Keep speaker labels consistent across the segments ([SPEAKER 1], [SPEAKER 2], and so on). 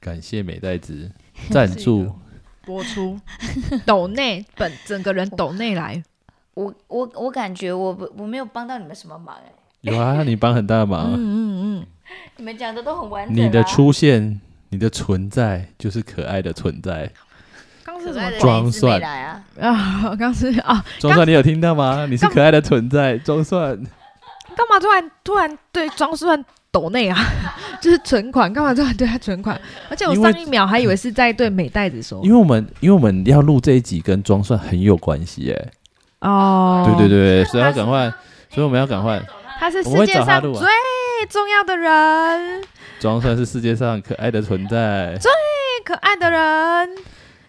[SPEAKER 1] 感谢美代 子赞助，
[SPEAKER 2] 播 出抖内本整个人抖内来，
[SPEAKER 3] 我我我感觉我不我没有帮到你们什么忙哎、
[SPEAKER 1] 有啊，你帮很大忙。
[SPEAKER 2] 嗯嗯
[SPEAKER 3] 你们讲的都很完整、啊。
[SPEAKER 1] 你的出现，你的存在，就是可爱的存在。
[SPEAKER 2] 嗯，刚是
[SPEAKER 3] 可
[SPEAKER 2] 什
[SPEAKER 3] 爱
[SPEAKER 2] 么
[SPEAKER 3] 的
[SPEAKER 1] 装
[SPEAKER 3] 那一只
[SPEAKER 1] 蒜
[SPEAKER 3] 没来啊？
[SPEAKER 2] 啊？刚是啊，
[SPEAKER 1] 装蒜，你有听到吗？你是
[SPEAKER 2] 干
[SPEAKER 1] 可爱的存在，装蒜。
[SPEAKER 2] 干嘛突然突然对装蒜抖内啊？ 就是存款，干嘛突然对他存 款？而且我
[SPEAKER 1] 因为
[SPEAKER 2] 上一秒还以为是在对美袋子说
[SPEAKER 1] 因为我们因为我们要录这一集跟装蒜很有关系哎。
[SPEAKER 2] 哦，
[SPEAKER 1] 对对，对，所以要赶快，所以我们要赶快。
[SPEAKER 2] 他是世
[SPEAKER 1] 我会
[SPEAKER 2] 界
[SPEAKER 1] 找他
[SPEAKER 2] 上
[SPEAKER 1] 录啊
[SPEAKER 2] 最重要的人，
[SPEAKER 1] 装蒜是世界上可爱的存在。
[SPEAKER 2] 最可爱的人，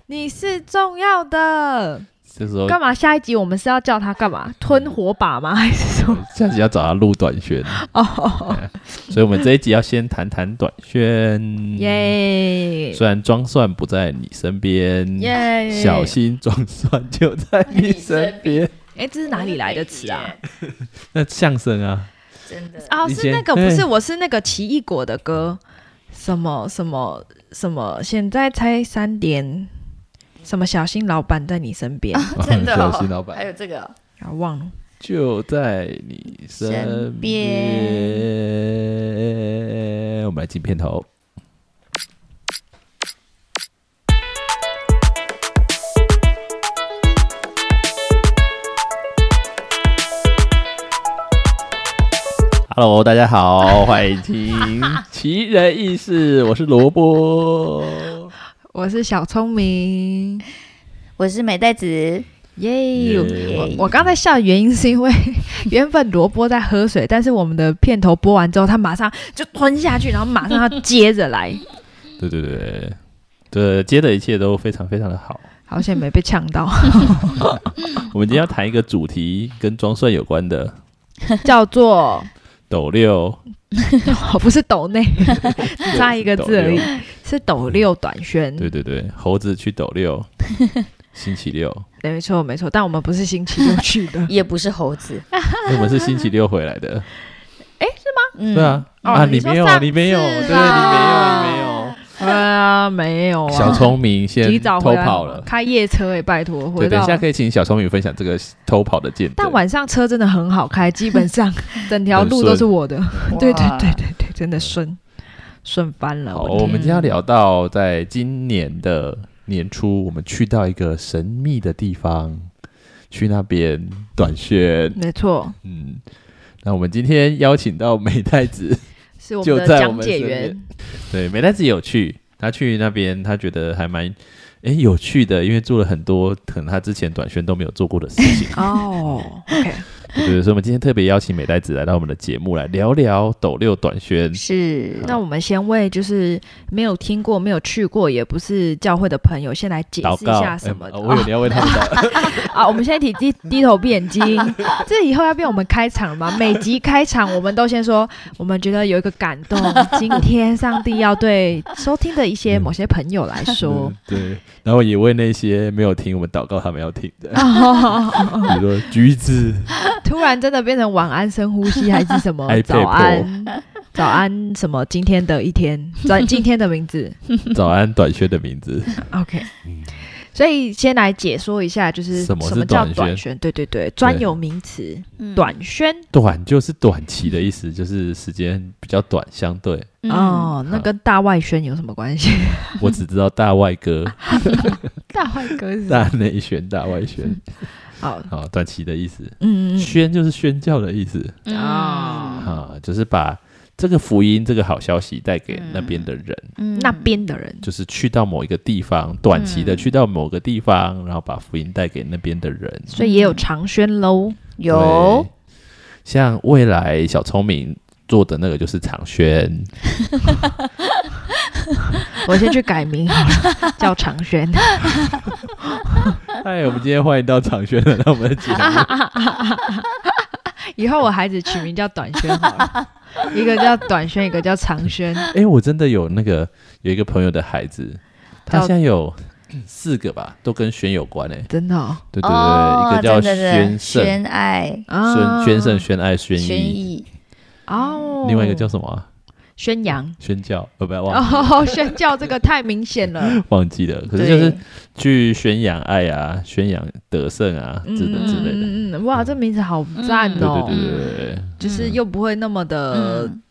[SPEAKER 2] 你是重要的。
[SPEAKER 1] 这时候
[SPEAKER 2] 干嘛？下一集我们是要叫他干嘛？吞火把吗？还是什么？
[SPEAKER 1] 下集要找他录短 宣，
[SPEAKER 2] 哦，
[SPEAKER 1] 所以我们这一集要先谈谈短宣。！
[SPEAKER 2] 耶
[SPEAKER 1] 虽然装蒜不在你身边，
[SPEAKER 2] 耶！
[SPEAKER 1] 小心装蒜就在你身边。
[SPEAKER 2] 哎，这是哪里来的词啊？
[SPEAKER 1] 那相声啊，
[SPEAKER 3] 真 的，
[SPEAKER 2] 哦，
[SPEAKER 1] 以
[SPEAKER 2] 是
[SPEAKER 1] 前
[SPEAKER 2] 那个不是，
[SPEAKER 1] 对
[SPEAKER 2] 我是那个奇异果的歌，什么什么什么，现在才三点，什么小心老板在你身边，
[SPEAKER 3] 真的、
[SPEAKER 1] 小
[SPEAKER 3] 哦
[SPEAKER 1] 心老
[SPEAKER 3] 还有
[SPEAKER 1] 板
[SPEAKER 3] 这个哦、
[SPEAKER 2] 啊忘了。
[SPEAKER 1] 就在你身
[SPEAKER 3] 身
[SPEAKER 1] 边。我们来进片头。Hello，大家好，欢迎听奇人异事，我是萝卜。
[SPEAKER 2] 我是小聪明，
[SPEAKER 3] 我是美代子，，
[SPEAKER 2] 耶！
[SPEAKER 1] 耶
[SPEAKER 2] 我我刚才笑的原因是因为 原本萝卜在喝水，但是我们的片头播完之后，他马上就吞下去，然后马上要接着来，
[SPEAKER 1] 对对对对，这接的一切都非常非常的好。
[SPEAKER 2] 好险没被呛到，
[SPEAKER 1] 我们今天要谈一个主题跟装蒜有关的
[SPEAKER 2] 叫做
[SPEAKER 1] 斗六，
[SPEAKER 2] 哦不是抖内，只差一个字而已
[SPEAKER 1] 斗，
[SPEAKER 2] 是抖六短宣。
[SPEAKER 1] 六对对对，猴子去斗六，星期六，
[SPEAKER 2] 对，没错没错，但我们不是星期六去 的
[SPEAKER 3] 也不是猴子，
[SPEAKER 1] 哎我们是星期六回来的。
[SPEAKER 3] 嗯，
[SPEAKER 1] 对，啊，
[SPEAKER 2] 哦
[SPEAKER 1] 啊，
[SPEAKER 2] 你
[SPEAKER 1] 你
[SPEAKER 2] 说
[SPEAKER 1] 没有，
[SPEAKER 2] 上
[SPEAKER 1] 你没有，对，
[SPEAKER 2] 次
[SPEAKER 1] 你没
[SPEAKER 2] 啊
[SPEAKER 1] 有，你没有。
[SPEAKER 2] 啊，没有啊，
[SPEAKER 1] 小聪明先
[SPEAKER 2] 提早
[SPEAKER 1] 偷
[SPEAKER 2] 回来
[SPEAKER 1] 跑了。
[SPEAKER 2] 开夜车哎、拜托，
[SPEAKER 1] 对，啊
[SPEAKER 2] 回
[SPEAKER 1] 等一
[SPEAKER 2] 到
[SPEAKER 1] 下。可以请小聪明分享这个偷跑的见证。
[SPEAKER 2] 但晚上车真的很好开，基本上整条路都是我的。对对对对对，真的顺顺翻了。
[SPEAKER 1] 好，嗯
[SPEAKER 2] 的
[SPEAKER 1] 我们今天要聊到在今年的年初，我们去到一个神秘的地方，去那边短宣。
[SPEAKER 2] 没错，
[SPEAKER 1] 嗯，那我们今天邀请到美代子。
[SPEAKER 2] 是我
[SPEAKER 1] 就
[SPEAKER 2] 们的
[SPEAKER 1] 在我
[SPEAKER 2] 讲
[SPEAKER 1] 们
[SPEAKER 2] 解
[SPEAKER 1] 身边
[SPEAKER 2] 员。
[SPEAKER 1] 对，美代子有去，他去那边，他觉得还蛮诶有趣的，因为做了很多可能他之前短宣都没有做过的事情。
[SPEAKER 2] 哦，OK，
[SPEAKER 1] 对对，对所以我们今天特别邀请美代子来到我们的节目来聊聊抖六短宣。
[SPEAKER 3] 是
[SPEAKER 2] 那我们先为就是没有听过、没有去过，也不是教会的朋友，先来解
[SPEAKER 1] 祷
[SPEAKER 2] 释一
[SPEAKER 1] 告，
[SPEAKER 2] 下什么
[SPEAKER 1] 诶
[SPEAKER 2] 的。
[SPEAKER 1] 哦我以为你要为他们祷，
[SPEAKER 2] 啊，我们现在提 低低头闭眼 睛，这以后要变我们开场了吗？每集开场我们都先说，我们觉得有一个感动，今天上帝要对收听的一些某些朋友来说
[SPEAKER 1] 嗯，对，然后也为那些没有听我们祷告他们要听的， 比如说橘子，
[SPEAKER 2] 突然真的变成晚安深呼吸还是什么
[SPEAKER 1] iPad
[SPEAKER 2] 早安。早安，什么？今天的一天，早今天的名字
[SPEAKER 1] 早安短宣的名字，
[SPEAKER 2] ，OK。所以先来解说一下，就是
[SPEAKER 1] 嗯什么是
[SPEAKER 2] 什么叫
[SPEAKER 1] 短宣
[SPEAKER 2] 短宣？对对对，专有名词，
[SPEAKER 3] 嗯
[SPEAKER 2] 短宣。
[SPEAKER 1] 短就是短期的意思，就是时间比较短，相对。
[SPEAKER 3] 嗯
[SPEAKER 2] 哦，那
[SPEAKER 1] 好
[SPEAKER 2] 跟大外宣有什么关系？
[SPEAKER 1] 我只知道大外哥、
[SPEAKER 2] 大外哥是
[SPEAKER 1] 大内宣、大外宣，
[SPEAKER 2] 好，
[SPEAKER 1] 好，短期的意思。
[SPEAKER 2] 嗯嗯
[SPEAKER 1] 宣就是宣教的意思
[SPEAKER 3] 嗯
[SPEAKER 2] 啊
[SPEAKER 1] 啊，就是把这个福音、这个好消息带给那边的人，
[SPEAKER 3] 嗯
[SPEAKER 2] 嗯，那边的人
[SPEAKER 1] 就是去到某一个地方，短期的
[SPEAKER 3] 嗯
[SPEAKER 1] 去到某个地方，然后把福音带给那边的人。
[SPEAKER 2] 所以也有长宣喽。
[SPEAKER 3] 有
[SPEAKER 1] 对，像未来小聪明做的那个就是长 宣，
[SPEAKER 2] 我先去改名好了，叫长宣。
[SPEAKER 1] 哎嗨，我们今天欢迎到长宣来到我们的节目，
[SPEAKER 2] 以后我孩子取名叫短宣好了，一个叫短宣，一个叫长宣。
[SPEAKER 1] 哎，我真的有那个有一个朋友的孩子，他
[SPEAKER 2] 叫
[SPEAKER 1] 现在有。四个吧，都跟宣有关诶、哎
[SPEAKER 2] 真的哦，
[SPEAKER 1] 嗯对对对，
[SPEAKER 3] 哦
[SPEAKER 1] 一个叫
[SPEAKER 3] 真的是
[SPEAKER 1] 宣圣，
[SPEAKER 3] 宣爱、
[SPEAKER 1] 宣
[SPEAKER 2] 啊
[SPEAKER 1] 宣圣、宣爱、宣
[SPEAKER 3] 宣
[SPEAKER 1] 义，
[SPEAKER 3] 义，
[SPEAKER 2] 哦，
[SPEAKER 1] 另外一个叫什么啊？
[SPEAKER 2] 宣扬。
[SPEAKER 1] 宣教，呃，不要忘记、
[SPEAKER 2] 哦， 宣教这个太明 显了，
[SPEAKER 1] 忘记了，可是
[SPEAKER 3] 对，
[SPEAKER 1] 就是去宣扬爱啊，宣扬德胜啊，
[SPEAKER 2] 嗯
[SPEAKER 1] 之类之类的。嗯
[SPEAKER 2] 嗯嗯嗯，哇，这名字好赞
[SPEAKER 1] 对
[SPEAKER 2] 哦，
[SPEAKER 1] 对对对对对，
[SPEAKER 2] 就是又不会那么的
[SPEAKER 3] 嗯，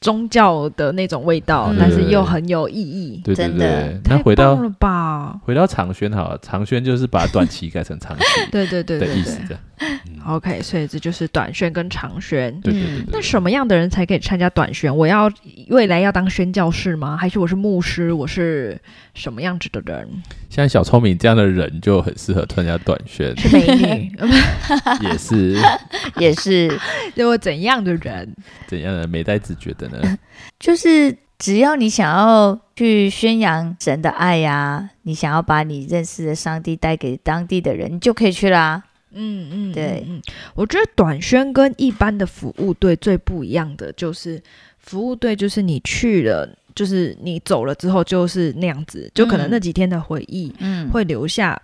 [SPEAKER 2] 宗教的那种味道，
[SPEAKER 3] 嗯
[SPEAKER 2] 但是又很有意义。
[SPEAKER 1] 对对
[SPEAKER 3] 真
[SPEAKER 1] 对
[SPEAKER 3] 的。
[SPEAKER 1] 那
[SPEAKER 2] 太
[SPEAKER 1] 回到
[SPEAKER 2] 棒了吧？
[SPEAKER 1] 回到长轩好了，长轩就是把短期改成长期
[SPEAKER 2] 对对 对
[SPEAKER 1] 的
[SPEAKER 2] 对
[SPEAKER 1] 意思
[SPEAKER 2] 对，。
[SPEAKER 1] 这样
[SPEAKER 2] OK，所以这就是短宣跟长宣。
[SPEAKER 1] 对对对对。
[SPEAKER 2] 嗯那什么样的人才可以参加短宣？我要未来要当宣教士吗？还是我是牧师？我是什么样子的人？
[SPEAKER 1] 像小聪明这样的人就很适合参加短 宣，
[SPEAKER 2] 是美 女？
[SPEAKER 1] 也是
[SPEAKER 3] 也是，
[SPEAKER 2] 对我怎样的人？
[SPEAKER 1] 怎样的美代子觉得 呢？
[SPEAKER 3] 就是只要你想要去宣扬神的爱呀、你想要把你认识的上帝带给当地的人，你就可以去啦。
[SPEAKER 2] 嗯嗯，
[SPEAKER 3] 对
[SPEAKER 2] 嗯，嗯我觉得短宣跟一般的服务队最不一样的就是，服务队就是你去了，就是你走了之后就是那样子，就可能
[SPEAKER 3] 嗯
[SPEAKER 2] 那几天的回忆
[SPEAKER 3] 嗯
[SPEAKER 2] 会留下，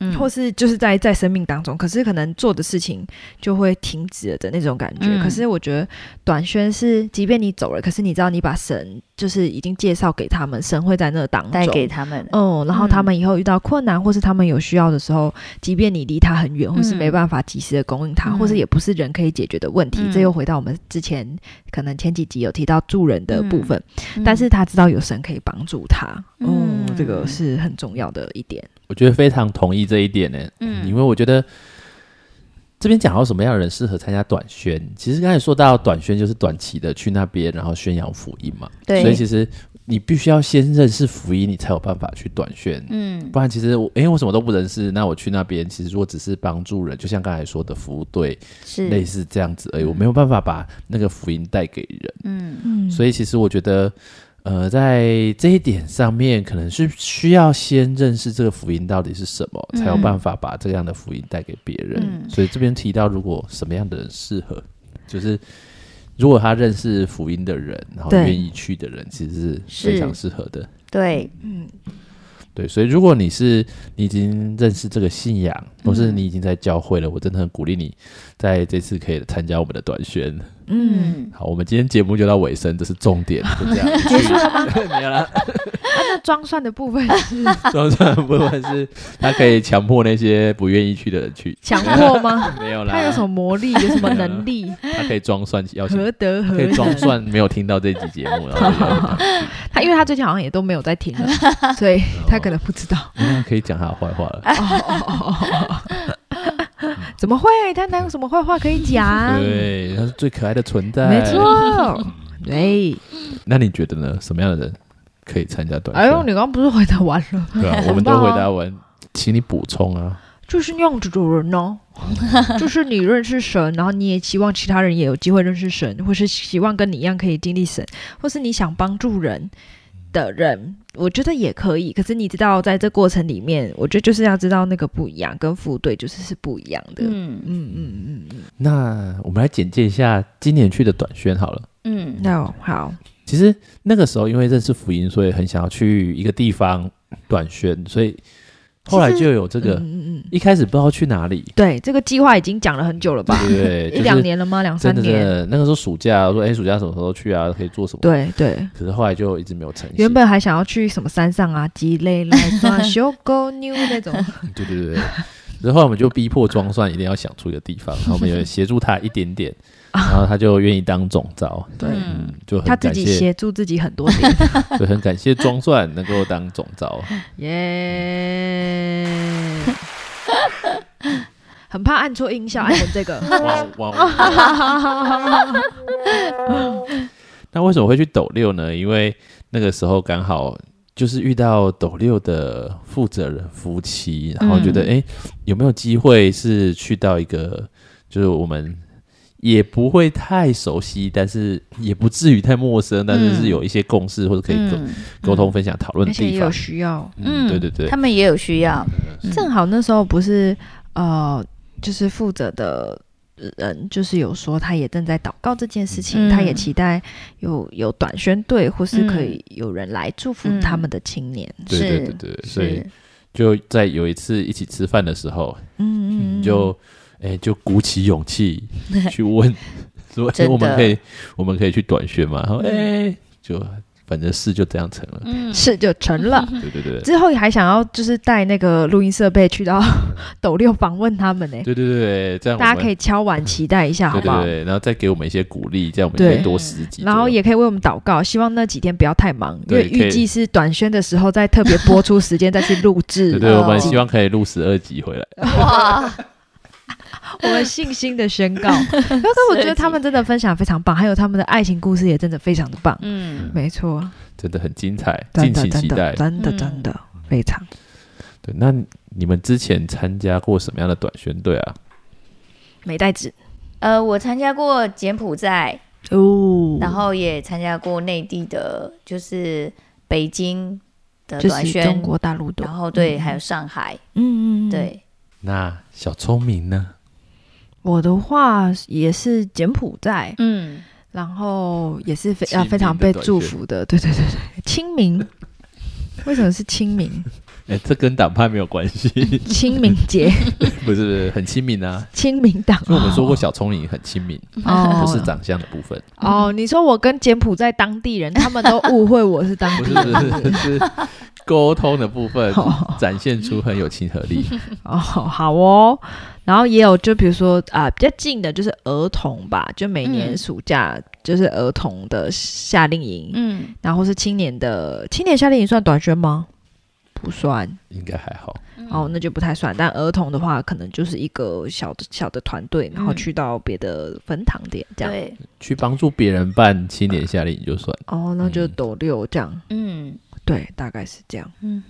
[SPEAKER 3] 嗯
[SPEAKER 2] 或是就是在在生命当中，可是可能做的事情就会停止了的那种感觉。
[SPEAKER 3] 嗯
[SPEAKER 2] 可是我觉得短宣是，即便你走了，可是你知道你把神就是已经介绍给他们，神会在那当中
[SPEAKER 3] 带给他们。嗯
[SPEAKER 2] 哦，然后他们以后遇到困难，或是他们有需要的时候，即便你离他很远，或是
[SPEAKER 3] 嗯
[SPEAKER 2] 没办法及时的供应他，
[SPEAKER 3] 嗯
[SPEAKER 2] 或是也不是人可以解决的问题，
[SPEAKER 3] 嗯
[SPEAKER 2] 这又回到我们之前可能前几集有提到助人的部分，
[SPEAKER 3] 嗯
[SPEAKER 2] 但是他知道有神可以帮助他，
[SPEAKER 3] 嗯
[SPEAKER 2] 哦，这个是很重要的一点。
[SPEAKER 1] 我觉得非常同意这一点呢、
[SPEAKER 3] 嗯
[SPEAKER 1] 因为我觉得这边讲到什么样的人适合参加短宣，其实刚才说到短宣就是短期的去那边，然后宣扬福音嘛。
[SPEAKER 3] 对
[SPEAKER 1] 所以其实你必须要先认识福音，你才有办法去短宣。
[SPEAKER 3] 嗯
[SPEAKER 1] 不然，其实我因为我什么都不认识，那我去那边，其实如果只是帮助人，就像刚才说的服务队
[SPEAKER 3] 是
[SPEAKER 1] 类似这样子而已，我没有办法把那个福音带给人。
[SPEAKER 3] 嗯
[SPEAKER 2] 嗯
[SPEAKER 1] 所以其实我觉得，呃，在这一点上面，可能是需要先认识这个福音到底是什么，
[SPEAKER 3] 嗯
[SPEAKER 1] 才有办法把这样的福音带给别人。
[SPEAKER 3] 嗯
[SPEAKER 1] 所以这边提到，如果什么样的人适合，就是如果他认识福音的人，然后
[SPEAKER 2] 对
[SPEAKER 1] 愿意去的人，其实是
[SPEAKER 3] 是
[SPEAKER 1] 非常适合的。
[SPEAKER 3] 对
[SPEAKER 2] 嗯
[SPEAKER 1] 对，所以如果你是你已经认识这个信仰，或是
[SPEAKER 2] 嗯
[SPEAKER 1] 你已经在教会了，我真的很鼓励你在这次可以参加我们的短宣。
[SPEAKER 2] 嗯，
[SPEAKER 3] 嗯
[SPEAKER 1] 好，我们今天节目就到尾声，这是重点，就这样。结束了 吗？没有啦。
[SPEAKER 2] 那装蒜的部分 是
[SPEAKER 1] 装蒜的部分是他可以强迫那些不愿意去的人去，
[SPEAKER 2] 强迫 吗？
[SPEAKER 1] 没有啦。
[SPEAKER 2] 他有什么魔力？有什么 能力？
[SPEAKER 1] 他可以装蒜，要求
[SPEAKER 2] 何德何
[SPEAKER 1] 可以装
[SPEAKER 2] 能？
[SPEAKER 1] 蒜，没有听到这集节目，然后就要去
[SPEAKER 2] 他因为他最近好像也都没有在 听了，所以他可能不知道。
[SPEAKER 1] 嗯可以讲他的坏话了。
[SPEAKER 2] 哦哦哦哦哦！ 怎么会？他哪有什么坏话可以 讲？
[SPEAKER 1] 对，他是最可爱的存在。
[SPEAKER 2] 啊没。错。
[SPEAKER 1] 嗯
[SPEAKER 2] 对，
[SPEAKER 1] 那你觉得呢？什么样的人可以参加短
[SPEAKER 2] 哎
[SPEAKER 1] 宣？
[SPEAKER 2] 呦，你刚刚不是回答完了？
[SPEAKER 1] 对啊，我们都回答完，请你补充啊。
[SPEAKER 2] 就是那样子的人哦，就是你认识神，然后你也期望其他人也有机会认识神，或是希望跟你一样可以经历神，或是你想帮助人的人，我觉得也可以。可是你知道，在这过程里面，我觉得就是要知道那个不一样，跟副队就是是不一样的。嗯
[SPEAKER 3] 嗯
[SPEAKER 2] 嗯嗯嗯，
[SPEAKER 1] 那我们来简介一下今年去的短宣好了。
[SPEAKER 3] 嗯
[SPEAKER 2] 那、好，
[SPEAKER 1] 其实那个时候因为认识福音，所以很想要去一个地方短宣，所以后来就有这个。
[SPEAKER 2] 嗯嗯嗯。
[SPEAKER 1] 一开始不知道去哪里，
[SPEAKER 2] 对，这个计划已经讲了很久了吧？
[SPEAKER 1] 对不 对？
[SPEAKER 2] 一两，年了吗？两
[SPEAKER 1] 真
[SPEAKER 2] 三
[SPEAKER 1] 的真
[SPEAKER 2] 年？
[SPEAKER 1] 的，那个时候暑假我说，哎，暑假什么时候去啊？可以做什么？。
[SPEAKER 2] 对对，
[SPEAKER 1] 可是后来就一直没有成行。
[SPEAKER 2] 原本还想要去什么山上啊，鸡肋来 抓修狗妞那种。
[SPEAKER 1] 对对对对。然后来我们就逼迫庄算一定要想出一个地方，然后我们也协助他一点 点，然后他就愿意当总招。
[SPEAKER 2] 对
[SPEAKER 1] 嗯，就很
[SPEAKER 2] 他自
[SPEAKER 1] 感
[SPEAKER 2] 己
[SPEAKER 1] 谢
[SPEAKER 2] 协助自己很多年，
[SPEAKER 1] 对，很感谢庄算能够当总招。
[SPEAKER 2] 耶！很怕按错音效，按成这 个。
[SPEAKER 3] 啊
[SPEAKER 1] 哇
[SPEAKER 3] 哦
[SPEAKER 1] 哇！那为什么会去斗六呢？因为那个时候刚好就是遇到斗六的负责人夫妻，然后觉得哎、
[SPEAKER 3] 嗯
[SPEAKER 1] 诶有没有机会是去到一个就是我们。也不会太熟悉，但是也不至于太陌生，但是
[SPEAKER 3] 嗯
[SPEAKER 1] 是有一些共识或者可以沟沟通、分享、讨论的
[SPEAKER 2] 而且也
[SPEAKER 1] 地方
[SPEAKER 2] 有。需要，
[SPEAKER 1] 嗯，对对对
[SPEAKER 3] 他，们也有需要，嗯
[SPEAKER 2] 正好那时候不是呃，就是负责的人就是有说，他也正在祷告这件事情，
[SPEAKER 3] 嗯
[SPEAKER 2] 他也期待有有短宣队或是
[SPEAKER 3] 嗯
[SPEAKER 2] 可以有人来祝福
[SPEAKER 3] 嗯
[SPEAKER 2] 他们的青年。
[SPEAKER 1] 对对
[SPEAKER 3] 是
[SPEAKER 1] 对对，所以
[SPEAKER 3] 是
[SPEAKER 1] 就在有一次一起吃饭的时候，
[SPEAKER 2] 嗯
[SPEAKER 1] 你就哎、就鼓起勇 气去问，说、哎
[SPEAKER 3] 真的
[SPEAKER 2] 嗯
[SPEAKER 1] 我们可以我们可以去短宣嘛？然后哎、就反正事就这样成了。
[SPEAKER 3] 嗯，
[SPEAKER 2] 事就成 了。
[SPEAKER 1] 对对对，
[SPEAKER 2] 之后还想要就是带那个录音设备去到 斗六访问他们呢、
[SPEAKER 1] 对对对，这样我
[SPEAKER 2] 大
[SPEAKER 1] 们
[SPEAKER 2] 家可以敲碗期待一下，
[SPEAKER 1] 对
[SPEAKER 2] 好不
[SPEAKER 1] 对
[SPEAKER 2] 好？
[SPEAKER 1] 对，然后再给我们一些鼓励，这样我们可以
[SPEAKER 2] 对
[SPEAKER 1] 多十集左右。
[SPEAKER 2] 然后也可以为我们祷告，希望那几天不要太忙，因为
[SPEAKER 1] 对可以
[SPEAKER 2] 预计是短宣的时候再特别播出时间再去录制。
[SPEAKER 1] 对对，
[SPEAKER 3] 哦
[SPEAKER 1] 我们希望可以录十二集回来。
[SPEAKER 3] 哇，
[SPEAKER 2] 我们信心的宣 告。可是我觉得他们真的分享非常棒，还有他们的爱情故事也真的非常的棒。
[SPEAKER 3] 嗯，
[SPEAKER 2] 没错，
[SPEAKER 1] 真的很精彩，
[SPEAKER 2] 真
[SPEAKER 1] 敬
[SPEAKER 2] 的
[SPEAKER 1] 请
[SPEAKER 2] 真
[SPEAKER 1] 期
[SPEAKER 2] 的
[SPEAKER 1] 待。
[SPEAKER 2] 真的
[SPEAKER 3] 嗯
[SPEAKER 2] 真的非常。
[SPEAKER 1] 对，那你们之前参加过什么样的短宣队啊？
[SPEAKER 2] 美代子
[SPEAKER 3] 呃，我参加过柬埔寨，
[SPEAKER 2] 哦
[SPEAKER 3] 然后也参加过内地的，就是北京的
[SPEAKER 2] 就
[SPEAKER 3] 短
[SPEAKER 2] 是
[SPEAKER 3] 宣
[SPEAKER 2] 中，国大陆的，
[SPEAKER 3] 然后对，
[SPEAKER 2] 嗯
[SPEAKER 3] 还有上海，
[SPEAKER 2] 嗯嗯，嗯，
[SPEAKER 3] 对，
[SPEAKER 1] 那小聪明呢？
[SPEAKER 2] 我的话也是柬埔寨，
[SPEAKER 3] 嗯，
[SPEAKER 2] 然后也是非
[SPEAKER 1] 清
[SPEAKER 2] 啊
[SPEAKER 1] 明
[SPEAKER 2] 非常
[SPEAKER 1] 的
[SPEAKER 2] 被
[SPEAKER 1] 短
[SPEAKER 2] 祝
[SPEAKER 1] 宣
[SPEAKER 2] 福的，对对对对，清明。为什么是清明？
[SPEAKER 1] 哎、这跟党派没有关系，
[SPEAKER 2] 清明 节，
[SPEAKER 1] 不是不是很亲民啊。
[SPEAKER 2] 清明档。
[SPEAKER 1] 因为我们说过小聪明很亲民，
[SPEAKER 2] 哦，
[SPEAKER 1] 不是长相的部分，
[SPEAKER 2] 哦，你说我跟柬埔寨当地人，他们都误会我是当
[SPEAKER 1] 不
[SPEAKER 2] 地
[SPEAKER 1] 是
[SPEAKER 2] 人。
[SPEAKER 1] 不是是沟通的部分，
[SPEAKER 2] 哦
[SPEAKER 1] 展现出很有亲和力。
[SPEAKER 2] 哦，好哦。然后也有，就比如说啊、比较近的就是儿童吧，就每年
[SPEAKER 3] 嗯
[SPEAKER 2] 暑假就是儿童的夏令营，
[SPEAKER 3] 嗯，
[SPEAKER 2] 然后是青年的青年夏令营算短宣吗？不算
[SPEAKER 1] 应该还好，
[SPEAKER 3] 嗯
[SPEAKER 2] 哦，那就不太算。但儿童的话，可能就是一个小的小的团队，然后
[SPEAKER 3] 嗯
[SPEAKER 2] 去到别的分堂点这样。
[SPEAKER 3] 对，
[SPEAKER 1] 去帮助别人办青年夏令营就算。
[SPEAKER 2] 哦，那就
[SPEAKER 1] 嗯
[SPEAKER 2] 斗六这样，
[SPEAKER 3] 嗯
[SPEAKER 2] 对，大概是这样。
[SPEAKER 3] 嗯，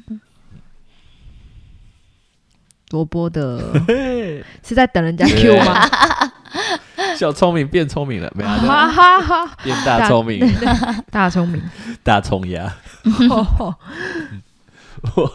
[SPEAKER 2] 罗波的 是在等人家 Q 吗？
[SPEAKER 1] 小聪明变聪明了，没有啊、
[SPEAKER 2] 哈哈哈，
[SPEAKER 1] 变大聪明，
[SPEAKER 2] 大聪明。
[SPEAKER 1] 大葱牙。哦我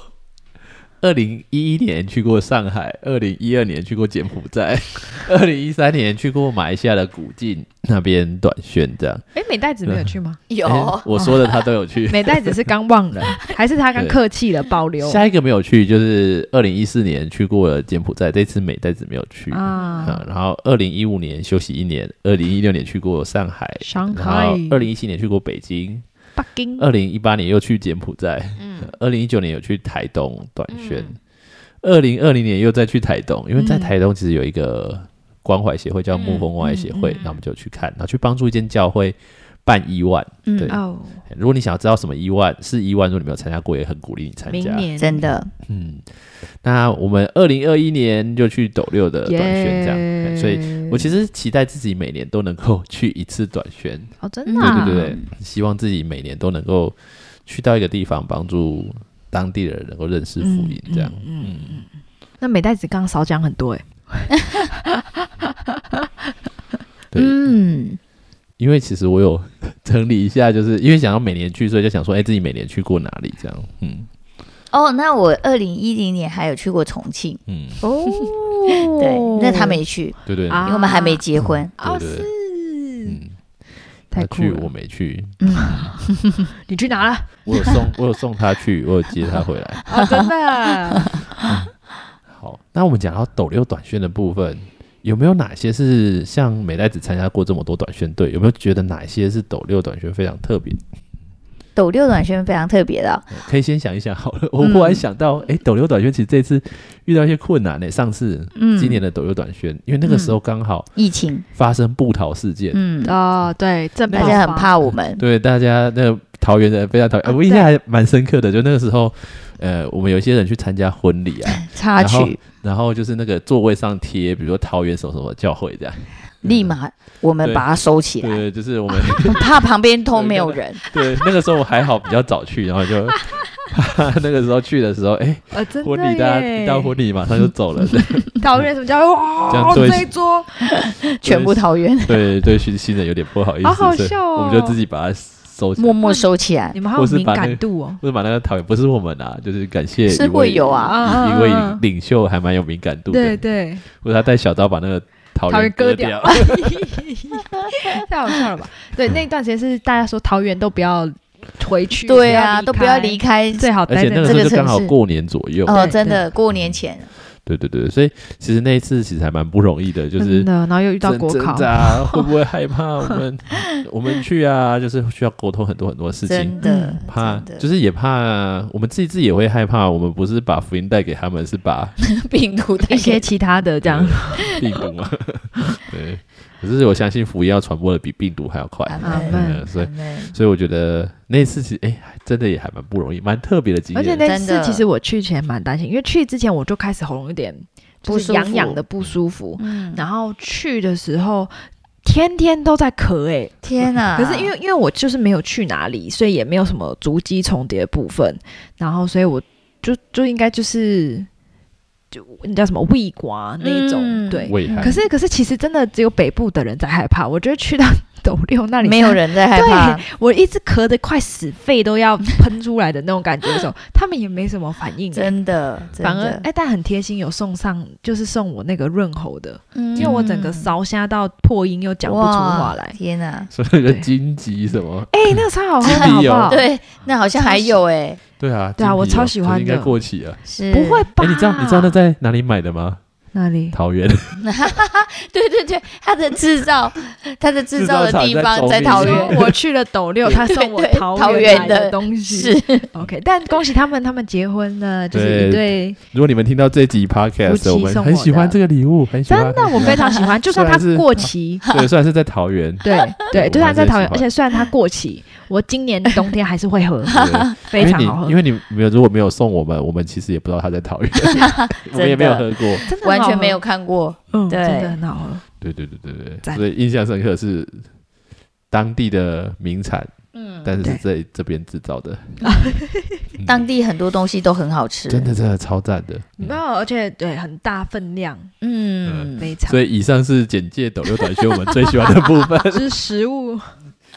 [SPEAKER 1] 二零一一年去过上海，二零一二年去过柬埔寨， 二零一三年去过马来西亚的古晋那边短宣这样。
[SPEAKER 2] 哎，美代子没有去吗？
[SPEAKER 3] 有，
[SPEAKER 1] 诶
[SPEAKER 2] 哎
[SPEAKER 1] 我说的他都有 去。
[SPEAKER 2] 美代子是刚忘了， 还是他刚客气了保留
[SPEAKER 1] 下一个没有去就是二零一四年去过了柬埔寨，这次美代子没有去。
[SPEAKER 2] 啊
[SPEAKER 1] 嗯？然后二零一五年休息一年，二零一六年去过上海，
[SPEAKER 2] 上
[SPEAKER 1] 然
[SPEAKER 2] 海
[SPEAKER 1] 后、二零一七年去过北京，
[SPEAKER 2] 北京，
[SPEAKER 1] 二零一八年又去柬埔寨，
[SPEAKER 3] 嗯
[SPEAKER 1] 二零一九年有去台东短宣
[SPEAKER 3] 嗯，
[SPEAKER 1] 二零二零年又再去台东，因为在
[SPEAKER 2] 嗯
[SPEAKER 1] 台东其实有一个关怀协会叫牧风关怀协会
[SPEAKER 3] 嗯嗯嗯，
[SPEAKER 1] 那、我们就去看，然后去帮助一间教会办伊万。
[SPEAKER 3] 嗯
[SPEAKER 1] 对
[SPEAKER 2] 哦，
[SPEAKER 1] 如果你想要知道什么伊万是伊万，如果你没有参加过，也很鼓励你参
[SPEAKER 2] 明
[SPEAKER 1] 加。
[SPEAKER 2] 年
[SPEAKER 3] 真的，
[SPEAKER 1] 嗯，那我们二零二一年就去斗六呃的短宣这样，
[SPEAKER 2] 耶
[SPEAKER 1] 嗯所以我其实期待自己每年都能够去一次短宣，
[SPEAKER 2] 哦，真的
[SPEAKER 1] 对
[SPEAKER 2] 啊，
[SPEAKER 1] 对对，希望自己每年都能够去到一个地方，帮助当地的人能够认识福音，这样。
[SPEAKER 2] 嗯嗯
[SPEAKER 1] 嗯
[SPEAKER 2] 嗯。那美代子刚刚少讲很多哎，
[SPEAKER 1] 对，
[SPEAKER 3] 嗯
[SPEAKER 1] 因为其实我有整理一下，就是因为想要每年去，所以就想说，哎、自己每年去过哪里？这样，嗯
[SPEAKER 3] 哦，那我二零一零年还有去过重庆，
[SPEAKER 1] 嗯，
[SPEAKER 2] 哦，
[SPEAKER 3] 对，那他没去，
[SPEAKER 1] 对对
[SPEAKER 2] 啊
[SPEAKER 3] 因为我们还没结婚，
[SPEAKER 2] 哦
[SPEAKER 1] 对对对，
[SPEAKER 2] 是，
[SPEAKER 1] 嗯，
[SPEAKER 2] 太
[SPEAKER 1] 他
[SPEAKER 2] 酷
[SPEAKER 1] 去我
[SPEAKER 2] 了，
[SPEAKER 1] 没去，
[SPEAKER 2] 你去哪了？
[SPEAKER 1] 我有送我有送他去，我有接他回来。
[SPEAKER 2] 哦，真 的，
[SPEAKER 1] 好，那我们讲到斗六短宣的部分。有没有哪些是像美代子参加过这么多短宣队？有没有觉得哪些是斗六短宣非常特别
[SPEAKER 3] 斗六短宣非常特别的，
[SPEAKER 1] 可以先想一想好了。我忽然想到，哎、斗六短宣其实这次遇到一些困难呢、上次
[SPEAKER 3] 嗯，
[SPEAKER 1] 今年的斗六短宣，因为那个时候刚好
[SPEAKER 3] 疫情，
[SPEAKER 1] 发生布桃事件，
[SPEAKER 3] 嗯，
[SPEAKER 2] 哦，对，正
[SPEAKER 3] 大家很怕我们，
[SPEAKER 1] 对大家那个桃园人非常讨厌、
[SPEAKER 2] 啊
[SPEAKER 1] 呃我印象还蛮深刻的。就那个时候，呃，我们有一些人去参加婚礼啊，
[SPEAKER 3] 插
[SPEAKER 1] 然后
[SPEAKER 3] 曲，
[SPEAKER 1] 然后就是那个座位上贴，比如说桃园什么什么教会这样，
[SPEAKER 3] 立马我们
[SPEAKER 1] 对
[SPEAKER 3] 把它收起来，
[SPEAKER 1] 对，就是我们
[SPEAKER 3] 很怕旁边都没有人，
[SPEAKER 1] 对那个时候我还好比较早去，然后就 那个时候去的时候，哎、
[SPEAKER 2] 呃，真的
[SPEAKER 1] 婚礼大家一到婚礼马上就走 了，对
[SPEAKER 2] 桃园什么叫
[SPEAKER 1] 这
[SPEAKER 2] 哇
[SPEAKER 1] 样对
[SPEAKER 2] 这一桌
[SPEAKER 3] 全部桃园
[SPEAKER 1] 对对，新新人有点不好意思，
[SPEAKER 2] 好好
[SPEAKER 1] 所以
[SPEAKER 2] 笑哦
[SPEAKER 1] 我们就自己把它收起来
[SPEAKER 3] 默，默收起来
[SPEAKER 2] 你，们好有
[SPEAKER 1] 或是
[SPEAKER 2] 敏
[SPEAKER 1] 把那
[SPEAKER 2] 感
[SPEAKER 1] 个
[SPEAKER 2] 度哦。
[SPEAKER 1] 或者把那个桃园不是我们啊，就是感谢
[SPEAKER 3] 是
[SPEAKER 1] 一
[SPEAKER 3] 会
[SPEAKER 1] 位
[SPEAKER 3] 有啊，
[SPEAKER 2] 啊
[SPEAKER 1] 一位领袖还蛮有敏感度
[SPEAKER 2] 对
[SPEAKER 1] 的，
[SPEAKER 2] 对，
[SPEAKER 1] 或者他带小刀把那个桃
[SPEAKER 2] 桃园
[SPEAKER 1] 园
[SPEAKER 2] 割
[SPEAKER 1] 掉
[SPEAKER 2] 掉，太好笑了吧？对，那一段时间是大家说桃园都不要回去，
[SPEAKER 3] 对啊，都不要离
[SPEAKER 2] 开，
[SPEAKER 3] 开，
[SPEAKER 2] 最好
[SPEAKER 1] 而
[SPEAKER 2] 待
[SPEAKER 1] 且
[SPEAKER 2] 在
[SPEAKER 1] 那个时
[SPEAKER 2] 这
[SPEAKER 1] 候
[SPEAKER 3] 这个
[SPEAKER 1] 就刚好
[SPEAKER 3] 城市
[SPEAKER 1] 过年左右，
[SPEAKER 3] 哦，
[SPEAKER 2] 对
[SPEAKER 3] 真的过年前，
[SPEAKER 1] 对对对，所以其实那一次其实还蛮不容易的，就是
[SPEAKER 2] 真的，然后又遇到
[SPEAKER 1] 挣
[SPEAKER 2] 国考
[SPEAKER 1] 挣， 扎啊会不会害怕我们我们去啊？就是需要沟通很多很多事情，
[SPEAKER 3] 真的
[SPEAKER 2] 嗯，
[SPEAKER 1] 怕
[SPEAKER 3] 真的
[SPEAKER 1] 就是也怕我们自己自己也会害怕，我们不是把福音带给他们，是把
[SPEAKER 3] 病毒的
[SPEAKER 2] 一些其他的这样。
[SPEAKER 1] 对病毒嘛。 对，可是我相信福音要传播的比病毒还要快。
[SPEAKER 3] 阿
[SPEAKER 2] 阿
[SPEAKER 3] 门，
[SPEAKER 2] 门
[SPEAKER 1] 嗯，所以
[SPEAKER 3] 阿门
[SPEAKER 1] 所以我觉得那次其实哎、还真的也还蛮不容易，蛮特别的经
[SPEAKER 2] 而且
[SPEAKER 1] 验。
[SPEAKER 2] 那
[SPEAKER 3] 真
[SPEAKER 2] 次
[SPEAKER 3] 的
[SPEAKER 2] 其实我去前蛮担心，因为去之前我就开始喉咙有点就
[SPEAKER 3] 不
[SPEAKER 2] 是
[SPEAKER 3] 舒服
[SPEAKER 2] 痒痒的不舒服，
[SPEAKER 3] 嗯，
[SPEAKER 2] 然后去的时候天天都在咳哎、
[SPEAKER 3] 天啊！
[SPEAKER 2] 可是因为因为我就是没有去哪里，所以也没有什么足迹重叠的部分，然后所以我就就应该就是就你叫什么胃瓜那一种、
[SPEAKER 3] 嗯
[SPEAKER 2] 对。
[SPEAKER 1] 危害
[SPEAKER 2] 可是可是其实真的只有北部的人在害怕，我觉得去到斗六那里
[SPEAKER 3] 没有，人在害怕，
[SPEAKER 2] 我一直咳得快死，肺都要喷出来的那种感觉的 时候，他们也没什么反应、
[SPEAKER 3] 真的，真
[SPEAKER 2] 反而哎
[SPEAKER 3] 的、，
[SPEAKER 2] 但很贴心，有送上就是送我那个润喉的，
[SPEAKER 3] 因
[SPEAKER 2] 因为我整个烧瞎到破音又讲不出话来。
[SPEAKER 3] 天啊！
[SPEAKER 1] 所以的
[SPEAKER 2] 对
[SPEAKER 1] 荆棘什么？
[SPEAKER 2] 哎、那个超好喝的，好
[SPEAKER 1] 金币
[SPEAKER 2] 不
[SPEAKER 1] 哦
[SPEAKER 2] 好？
[SPEAKER 3] 对，那好像还有哎，
[SPEAKER 1] 对啊，
[SPEAKER 2] 对啊
[SPEAKER 1] 金
[SPEAKER 2] 我
[SPEAKER 1] 币
[SPEAKER 2] 超
[SPEAKER 1] 哦
[SPEAKER 2] 喜
[SPEAKER 1] 这
[SPEAKER 2] 欢
[SPEAKER 1] 应该
[SPEAKER 2] 的
[SPEAKER 1] 过期 了。
[SPEAKER 3] 是
[SPEAKER 2] 不会吧？
[SPEAKER 1] 哎、你知道你知道那在哪里买的吗？
[SPEAKER 2] 哪里？
[SPEAKER 1] 桃园，
[SPEAKER 3] 对对对，它的制造，它的制造的地方在
[SPEAKER 1] 制造厂在中
[SPEAKER 3] 桃园，
[SPEAKER 2] 说我去了斗六，他送我
[SPEAKER 3] 对对
[SPEAKER 2] 桃
[SPEAKER 3] 桃园
[SPEAKER 2] 园
[SPEAKER 3] 的
[SPEAKER 2] 来东西。
[SPEAKER 3] 是
[SPEAKER 2] OK，但恭喜他们，他们结婚了，就是一对
[SPEAKER 1] 如果你们听到这集
[SPEAKER 2] 夫
[SPEAKER 1] podcast，
[SPEAKER 2] 妻
[SPEAKER 1] 我们
[SPEAKER 2] 送
[SPEAKER 1] 很
[SPEAKER 2] 我
[SPEAKER 1] 喜欢
[SPEAKER 2] 的
[SPEAKER 1] 这个礼物，很喜
[SPEAKER 2] 真
[SPEAKER 1] 欢。
[SPEAKER 2] 的，我非常喜欢。就 算
[SPEAKER 1] 虽
[SPEAKER 2] 它
[SPEAKER 1] 然是
[SPEAKER 2] 过期，
[SPEAKER 1] 对，虽然是在桃 园，
[SPEAKER 2] 对对，
[SPEAKER 1] 我
[SPEAKER 2] 就算
[SPEAKER 1] 还是
[SPEAKER 2] 在桃
[SPEAKER 1] 喜
[SPEAKER 2] 园，
[SPEAKER 1] 欢
[SPEAKER 2] 而且虽然它过期，我今年冬天还是 会喝，
[SPEAKER 1] 对
[SPEAKER 2] 非常好喝
[SPEAKER 1] 因。为你因为你没有如果没有送我们，我们其实也不知道他在 桃园， 我们也没有喝过。
[SPEAKER 2] 真的很
[SPEAKER 3] 完
[SPEAKER 2] 好
[SPEAKER 3] 全
[SPEAKER 2] 喝
[SPEAKER 3] 没有，看过，
[SPEAKER 2] 嗯，
[SPEAKER 3] 对
[SPEAKER 2] 真的很好喝。
[SPEAKER 1] 对对对对对，
[SPEAKER 2] 赞
[SPEAKER 1] 所以印象深刻是当地的名产，
[SPEAKER 3] 嗯，
[SPEAKER 1] 但是是
[SPEAKER 2] 对
[SPEAKER 1] 在这边制造 的，嗯
[SPEAKER 3] 当地很多东西都很好吃，
[SPEAKER 1] 真的真的超赞的。嗯
[SPEAKER 2] 没有，而且对很大分量，
[SPEAKER 3] 嗯，
[SPEAKER 2] 非常
[SPEAKER 1] 所以以上是简介抖六短宣我们最喜欢的部 分。
[SPEAKER 2] 就是食物，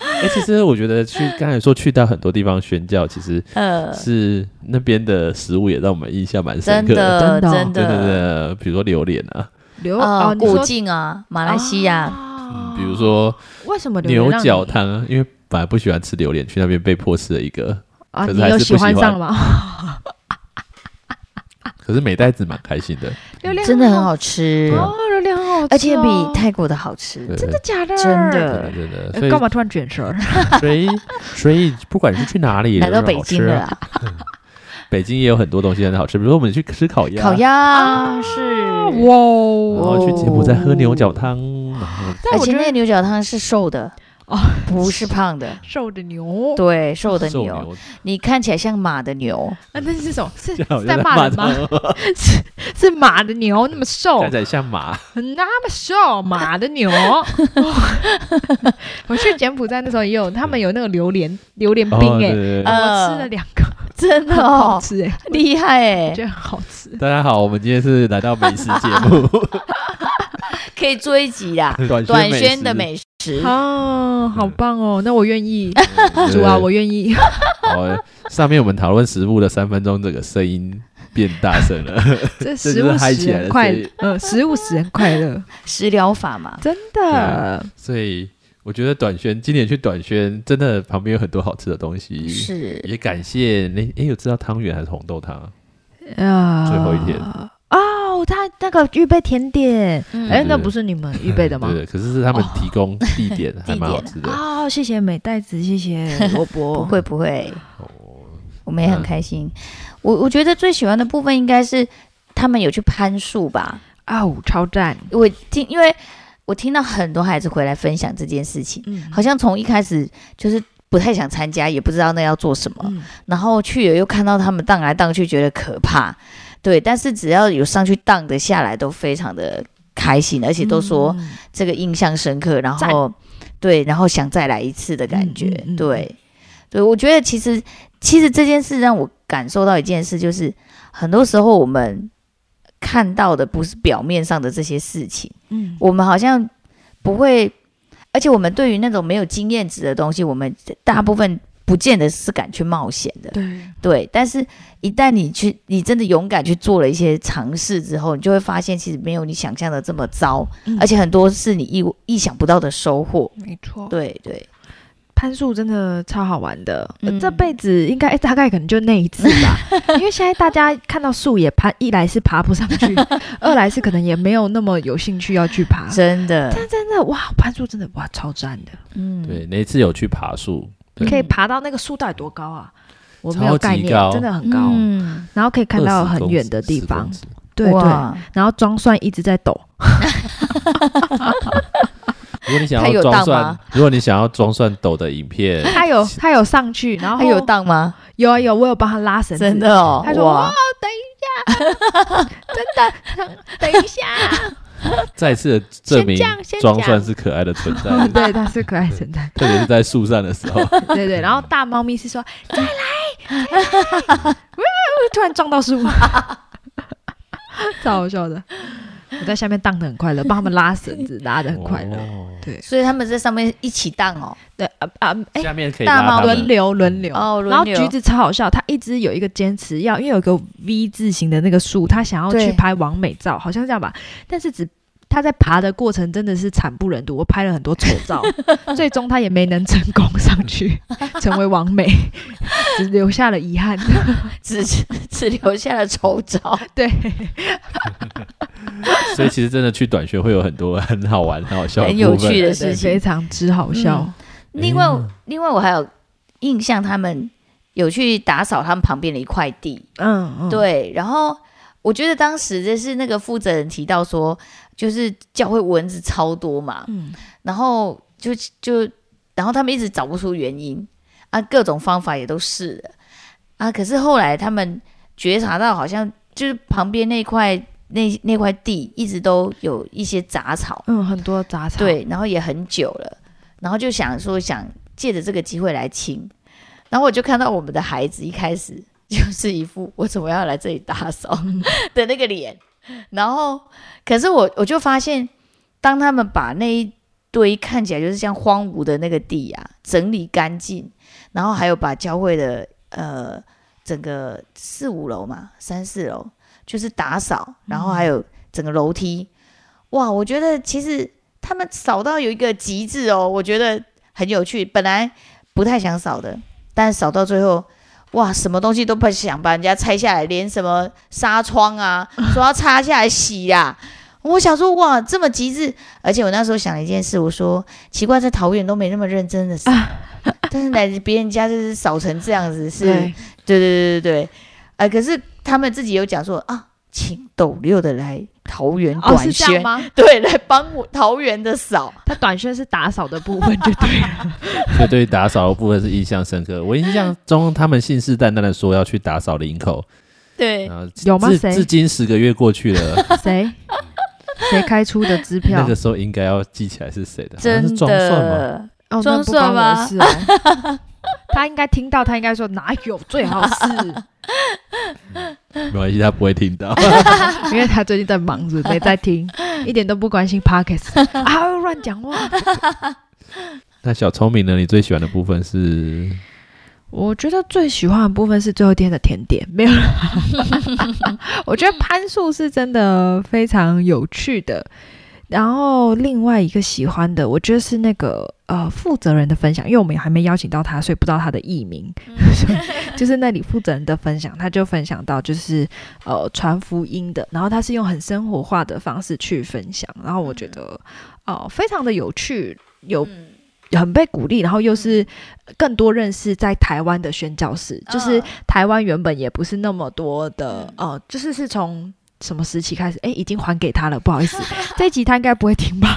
[SPEAKER 1] 哎，其实我觉得去刚才说去到很多地方宣教，其实
[SPEAKER 3] 呃，
[SPEAKER 1] 是那边的食物也让我们印象蛮深刻
[SPEAKER 3] 真
[SPEAKER 2] 真
[SPEAKER 3] 的
[SPEAKER 2] 的哦
[SPEAKER 3] 真
[SPEAKER 1] 对对对，对比如说榴莲啊，
[SPEAKER 2] 留
[SPEAKER 3] 呃，
[SPEAKER 2] 哦，你
[SPEAKER 3] 古
[SPEAKER 2] 说
[SPEAKER 3] 晋啊，马来西亚，
[SPEAKER 2] 哦
[SPEAKER 1] 嗯，比如说
[SPEAKER 2] 为什么榴
[SPEAKER 1] 牛
[SPEAKER 2] 莲让
[SPEAKER 1] 角
[SPEAKER 2] 你
[SPEAKER 1] 汤啊，因为本来不喜欢吃榴莲，去那边被迫吃了一个，
[SPEAKER 2] 啊，
[SPEAKER 1] 可
[SPEAKER 2] 你
[SPEAKER 1] 是还
[SPEAKER 2] 有
[SPEAKER 1] 是
[SPEAKER 2] 喜
[SPEAKER 1] 不喜
[SPEAKER 2] 欢
[SPEAKER 1] 欢
[SPEAKER 2] 上了 吗？
[SPEAKER 1] 可是美袋子蛮开心的，
[SPEAKER 2] 榴莲
[SPEAKER 3] 真的很好吃
[SPEAKER 1] 对，啊
[SPEAKER 2] 哦，榴莲很好吃哦，
[SPEAKER 3] 而且比泰国的好吃，
[SPEAKER 1] 对
[SPEAKER 2] 真的假的？
[SPEAKER 3] 真的
[SPEAKER 1] 对真的，
[SPEAKER 2] 呃
[SPEAKER 1] 所以
[SPEAKER 2] 干嘛突然卷舌？
[SPEAKER 1] 所以所以不管是去哪里，
[SPEAKER 3] 来到
[SPEAKER 1] 都是
[SPEAKER 3] 北
[SPEAKER 1] 好吃
[SPEAKER 3] 京了
[SPEAKER 1] 啊，
[SPEAKER 3] 啊，
[SPEAKER 1] 北京也有很多东西很好吃，比如说我们去吃烤鸭，
[SPEAKER 3] 烤鸭
[SPEAKER 2] 啊
[SPEAKER 3] 是
[SPEAKER 2] 哇
[SPEAKER 1] 然
[SPEAKER 2] 哦！
[SPEAKER 1] 后去柬埔寨喝牛角汤，然后
[SPEAKER 2] 但
[SPEAKER 3] 而
[SPEAKER 2] 我
[SPEAKER 3] 且
[SPEAKER 2] 觉
[SPEAKER 3] 那
[SPEAKER 2] 得
[SPEAKER 3] 个牛角汤是瘦的
[SPEAKER 2] 哦，，
[SPEAKER 3] 不是胖的
[SPEAKER 2] 哦瘦的牛，
[SPEAKER 3] 对，瘦的
[SPEAKER 1] 瘦
[SPEAKER 3] 牛，，你看起来像马的牛，
[SPEAKER 2] 啊，那是什么？是
[SPEAKER 1] 这样好
[SPEAKER 2] 是
[SPEAKER 1] 像在
[SPEAKER 2] 在骂人
[SPEAKER 1] 他
[SPEAKER 2] 吗？ 是是马的牛那么瘦
[SPEAKER 1] 看，起来像马，
[SPEAKER 2] 那么瘦，马的牛。 我去柬埔寨那时候也有，他们有那个榴莲榴莲冰
[SPEAKER 1] 哦对
[SPEAKER 2] 哎，
[SPEAKER 1] 对对
[SPEAKER 3] 呃
[SPEAKER 2] 我吃了两个，
[SPEAKER 3] 真的
[SPEAKER 2] 很好
[SPEAKER 3] 哦，
[SPEAKER 2] 吃哎，
[SPEAKER 3] 厉害
[SPEAKER 2] 我觉得
[SPEAKER 3] 哎，
[SPEAKER 2] 很好吃。
[SPEAKER 1] 大家好，我们今天是来到美食节目，
[SPEAKER 3] 可以做一集 啦，
[SPEAKER 1] 短
[SPEAKER 3] 短宣
[SPEAKER 1] 宣
[SPEAKER 3] 的美食，
[SPEAKER 2] 哦，好棒哦！那我愿意，
[SPEAKER 1] 食
[SPEAKER 2] 主啊，我 愿意。
[SPEAKER 1] 好，哦上面我们讨论食物的三分钟，这个声音变大声了。
[SPEAKER 2] 这
[SPEAKER 1] 这
[SPEAKER 2] 食
[SPEAKER 1] 就是
[SPEAKER 2] 物
[SPEAKER 1] 嗨
[SPEAKER 2] 使
[SPEAKER 1] 起来
[SPEAKER 2] 人
[SPEAKER 1] 的
[SPEAKER 2] 快
[SPEAKER 1] 声音
[SPEAKER 2] 乐，嗯，食物使人快乐，
[SPEAKER 3] 食疗法
[SPEAKER 1] 啊
[SPEAKER 3] 嘛，
[SPEAKER 2] 真的。
[SPEAKER 1] 所以我觉得短宣今年去短宣，真的旁边有很多好吃的东西。
[SPEAKER 3] 是
[SPEAKER 1] 也感谢那诶，有知道汤圆还是红豆汤啊？
[SPEAKER 2] 啊，
[SPEAKER 1] 最后一天
[SPEAKER 2] 哦，他那个预备甜点，
[SPEAKER 3] 嗯
[SPEAKER 2] 哎、
[SPEAKER 1] 对
[SPEAKER 2] 那不是你们预备的吗
[SPEAKER 1] 对？对，可是是他们提供地点，还蛮好吃的。
[SPEAKER 2] 哦，谢谢美袋子，谢谢罗伯，
[SPEAKER 3] 不会不会，
[SPEAKER 1] 哦，
[SPEAKER 3] 我们也很
[SPEAKER 1] 嗯
[SPEAKER 3] 开心。我我觉得最喜欢的部分应该是他们有去攀树吧。
[SPEAKER 2] 哦，超赞，
[SPEAKER 3] 我听，因为我听到很多孩子回来分享这件事情，
[SPEAKER 2] 嗯，
[SPEAKER 3] 好像从一开始就是不太想参加，也不知道那要做什么，
[SPEAKER 2] 嗯，
[SPEAKER 3] 然后去了又看到他们荡来荡去，觉得可怕。对，但是只要有上去荡的下来，都非常的开心，而且都说
[SPEAKER 2] 嗯
[SPEAKER 3] 这个印象深刻，然后对，然后想再来一次的感觉，
[SPEAKER 2] 嗯嗯嗯
[SPEAKER 3] 对，对，我觉得其实其实这件事让我感受到一件事，就是很多时候我们看到的不是表面上的这些事情，
[SPEAKER 2] 嗯，
[SPEAKER 3] 我们好像不会，而且我们对于那种没有经验值的东西，我们大部分不见得是敢去冒险的，
[SPEAKER 2] 对，
[SPEAKER 3] 对，但是一旦你去，你真的勇敢去做了一些尝试之后，你就会发现其实没有你想象的这么糟，
[SPEAKER 2] 嗯
[SPEAKER 3] 而且很多是你意意想不到的收获。
[SPEAKER 2] 没错，
[SPEAKER 3] 对对，
[SPEAKER 2] 攀树真的超好玩的，呃
[SPEAKER 3] 嗯
[SPEAKER 2] 这辈子应该、哎大概可能就那一次吧，因为现在大家看到树也攀，一来是爬不上去，二来是可能也没有那么有兴趣要去爬。
[SPEAKER 3] 真的，
[SPEAKER 2] 但真的哇，攀树真的哇超赞的，
[SPEAKER 3] 嗯，
[SPEAKER 1] 对，那一次有去爬树，对
[SPEAKER 2] 可以爬到那个树到底多高啊？我没
[SPEAKER 1] 超
[SPEAKER 2] 有
[SPEAKER 1] 级
[SPEAKER 2] 概念
[SPEAKER 1] 高，
[SPEAKER 2] 真的很高，
[SPEAKER 3] 嗯，
[SPEAKER 2] 然后可以看到很远的地
[SPEAKER 1] 20
[SPEAKER 2] 方
[SPEAKER 1] 公，尺
[SPEAKER 2] 对对，
[SPEAKER 3] 哇
[SPEAKER 2] 然后装蒜一直在抖，
[SPEAKER 1] 如果你想
[SPEAKER 3] 他
[SPEAKER 1] 要
[SPEAKER 3] 有
[SPEAKER 1] 装
[SPEAKER 3] 荡
[SPEAKER 1] 蒜
[SPEAKER 3] 吗，
[SPEAKER 1] 如果你想要装蒜抖的影片，
[SPEAKER 2] 他有他有上去，然后
[SPEAKER 3] 还有荡吗？
[SPEAKER 2] 有啊有，我有帮他拉绳子，
[SPEAKER 3] 真的哦，
[SPEAKER 2] 他说
[SPEAKER 3] 哇
[SPEAKER 2] 哇，等一下，
[SPEAKER 1] 再次的证明
[SPEAKER 2] 先这样先
[SPEAKER 1] 装
[SPEAKER 2] 讲
[SPEAKER 1] 蒜是可爱的存在，
[SPEAKER 2] 对，他是可爱神探，
[SPEAKER 1] 特别是在树上的时候，
[SPEAKER 2] 对对，然后大猫咪是说再来，再来突然撞到树，超好笑的，我在下面荡的很快乐，帮他们拉绳子拉的很快乐，
[SPEAKER 1] 哦
[SPEAKER 3] 所以他们在上面一起荡 哦，
[SPEAKER 2] 对啊啊哎。
[SPEAKER 1] 下面可以
[SPEAKER 3] 大
[SPEAKER 1] 拉
[SPEAKER 3] 猫
[SPEAKER 1] 他
[SPEAKER 2] 轮
[SPEAKER 1] 们，
[SPEAKER 2] 流轮流
[SPEAKER 3] 哦轮
[SPEAKER 2] 然后
[SPEAKER 3] 流
[SPEAKER 2] 橘子超好笑，他一直有一个坚持要，因为有一个 V 字形的那个树，他想要
[SPEAKER 3] 对
[SPEAKER 2] 去拍完美照，好像是这样吧，但是只。他在爬的过程真的是惨不忍睹，我拍了很多丑 照，最终他也没能成功上 去，成为完美，只留下了遗 憾。
[SPEAKER 3] 只只留下了丑照，
[SPEAKER 2] 对，
[SPEAKER 1] 所以其实真的去短宣会有很多很好玩、很好笑的
[SPEAKER 3] 很有
[SPEAKER 1] 部分
[SPEAKER 3] 趣的
[SPEAKER 2] 对
[SPEAKER 3] 事
[SPEAKER 2] 非
[SPEAKER 3] 情。
[SPEAKER 2] 常之好笑。
[SPEAKER 3] 另外，另外我还有印象，他们有去打扫他们旁边的一块地，
[SPEAKER 2] 嗯嗯，
[SPEAKER 3] 对，然后我觉得当时就是那个负责人提到说，就是教会蚊子超多嘛，
[SPEAKER 2] 嗯，
[SPEAKER 3] 然后就就然后他们一直找不出原因啊，各种方法也都试了啊，可是后来他们觉察到，好像就是旁边那块那那块地一直都有一些杂草，
[SPEAKER 2] 嗯，很多杂草。，
[SPEAKER 3] 对，然后也很久了，然后就想说想借着这个机会来清，然后我就看到我们的孩子一开始就是一副我怎么要来这里打扫的那个脸，然后可是我我就发现，当他们把那一堆看起来就是像荒芜的那个地啊整理干净，然后还有把教会的呃整个四五楼嘛三四楼就是打扫，然后还有整个楼梯。哇，我觉得其实他们扫到有一个极致哦，我觉得很有趣。本来不太想扫的，但扫到最后，哇，什么东西都不想把人家拆下来，连什么纱窗 啊，说要擦下来洗呀、我想说，哇，这么极致！而且我那时候想了一件事，我说奇怪，在桃园都没那么认真的扫，
[SPEAKER 2] 啊
[SPEAKER 3] 但是来别人家就是扫成这样子，是
[SPEAKER 2] 对，
[SPEAKER 3] 对对对对对，呃，可是他们自己有讲说啊，请斗六的来桃园
[SPEAKER 2] 哦，
[SPEAKER 3] 短
[SPEAKER 2] 是这
[SPEAKER 3] 宣，
[SPEAKER 2] 样吗？
[SPEAKER 3] 对，来帮我桃园的扫。
[SPEAKER 2] 他短宣是打扫的部分就对了。
[SPEAKER 1] 所以对于打扫的部分是印象深刻。我印象中，他们信誓旦旦的说要去打扫林口，
[SPEAKER 3] 对，
[SPEAKER 1] 然后至
[SPEAKER 2] 有吗谁
[SPEAKER 1] 至今十个月过去 了，
[SPEAKER 2] 谁？谁开出的支票？
[SPEAKER 1] 那个时候应该要记起来是谁的，好像
[SPEAKER 3] 真
[SPEAKER 1] 是装蒜吗？
[SPEAKER 3] 的，
[SPEAKER 2] 哦，
[SPEAKER 3] 装
[SPEAKER 2] 那不关
[SPEAKER 3] 蒜
[SPEAKER 2] 我
[SPEAKER 3] 吗
[SPEAKER 2] 的事哦 他应该听到，他应该说哪有最好是，
[SPEAKER 1] 没关系，他不会听到。
[SPEAKER 2] 因为他最近在忙着，没在 听，一点都不关心 Pockets 啊，乱讲话。
[SPEAKER 1] 那小聪明呢？你最喜欢的部分是
[SPEAKER 2] 我觉得最喜欢的部分是最后一天的甜点，没有啦。我觉得攀树是真的非常有趣的。然后另外一个喜欢的，我觉得是那个呃负责人的分享，因为我们也还没邀请到他，所以不知道他的艺名。所以就是那里负责人的分享，他就分享到就是呃传福音的，然后他是用很生活化的方式去分享，然后我觉得哦、呃非常的有趣，有
[SPEAKER 3] 嗯
[SPEAKER 2] 很被鼓励，然后又是更多认识在台湾的宣教士，
[SPEAKER 3] 嗯
[SPEAKER 2] 就是
[SPEAKER 3] 啊
[SPEAKER 2] 台湾原本也不是那么多的，呃，就是是从。什么时期开始？哎，已经还给他了，不好意思， 这一集他应该不会听吧？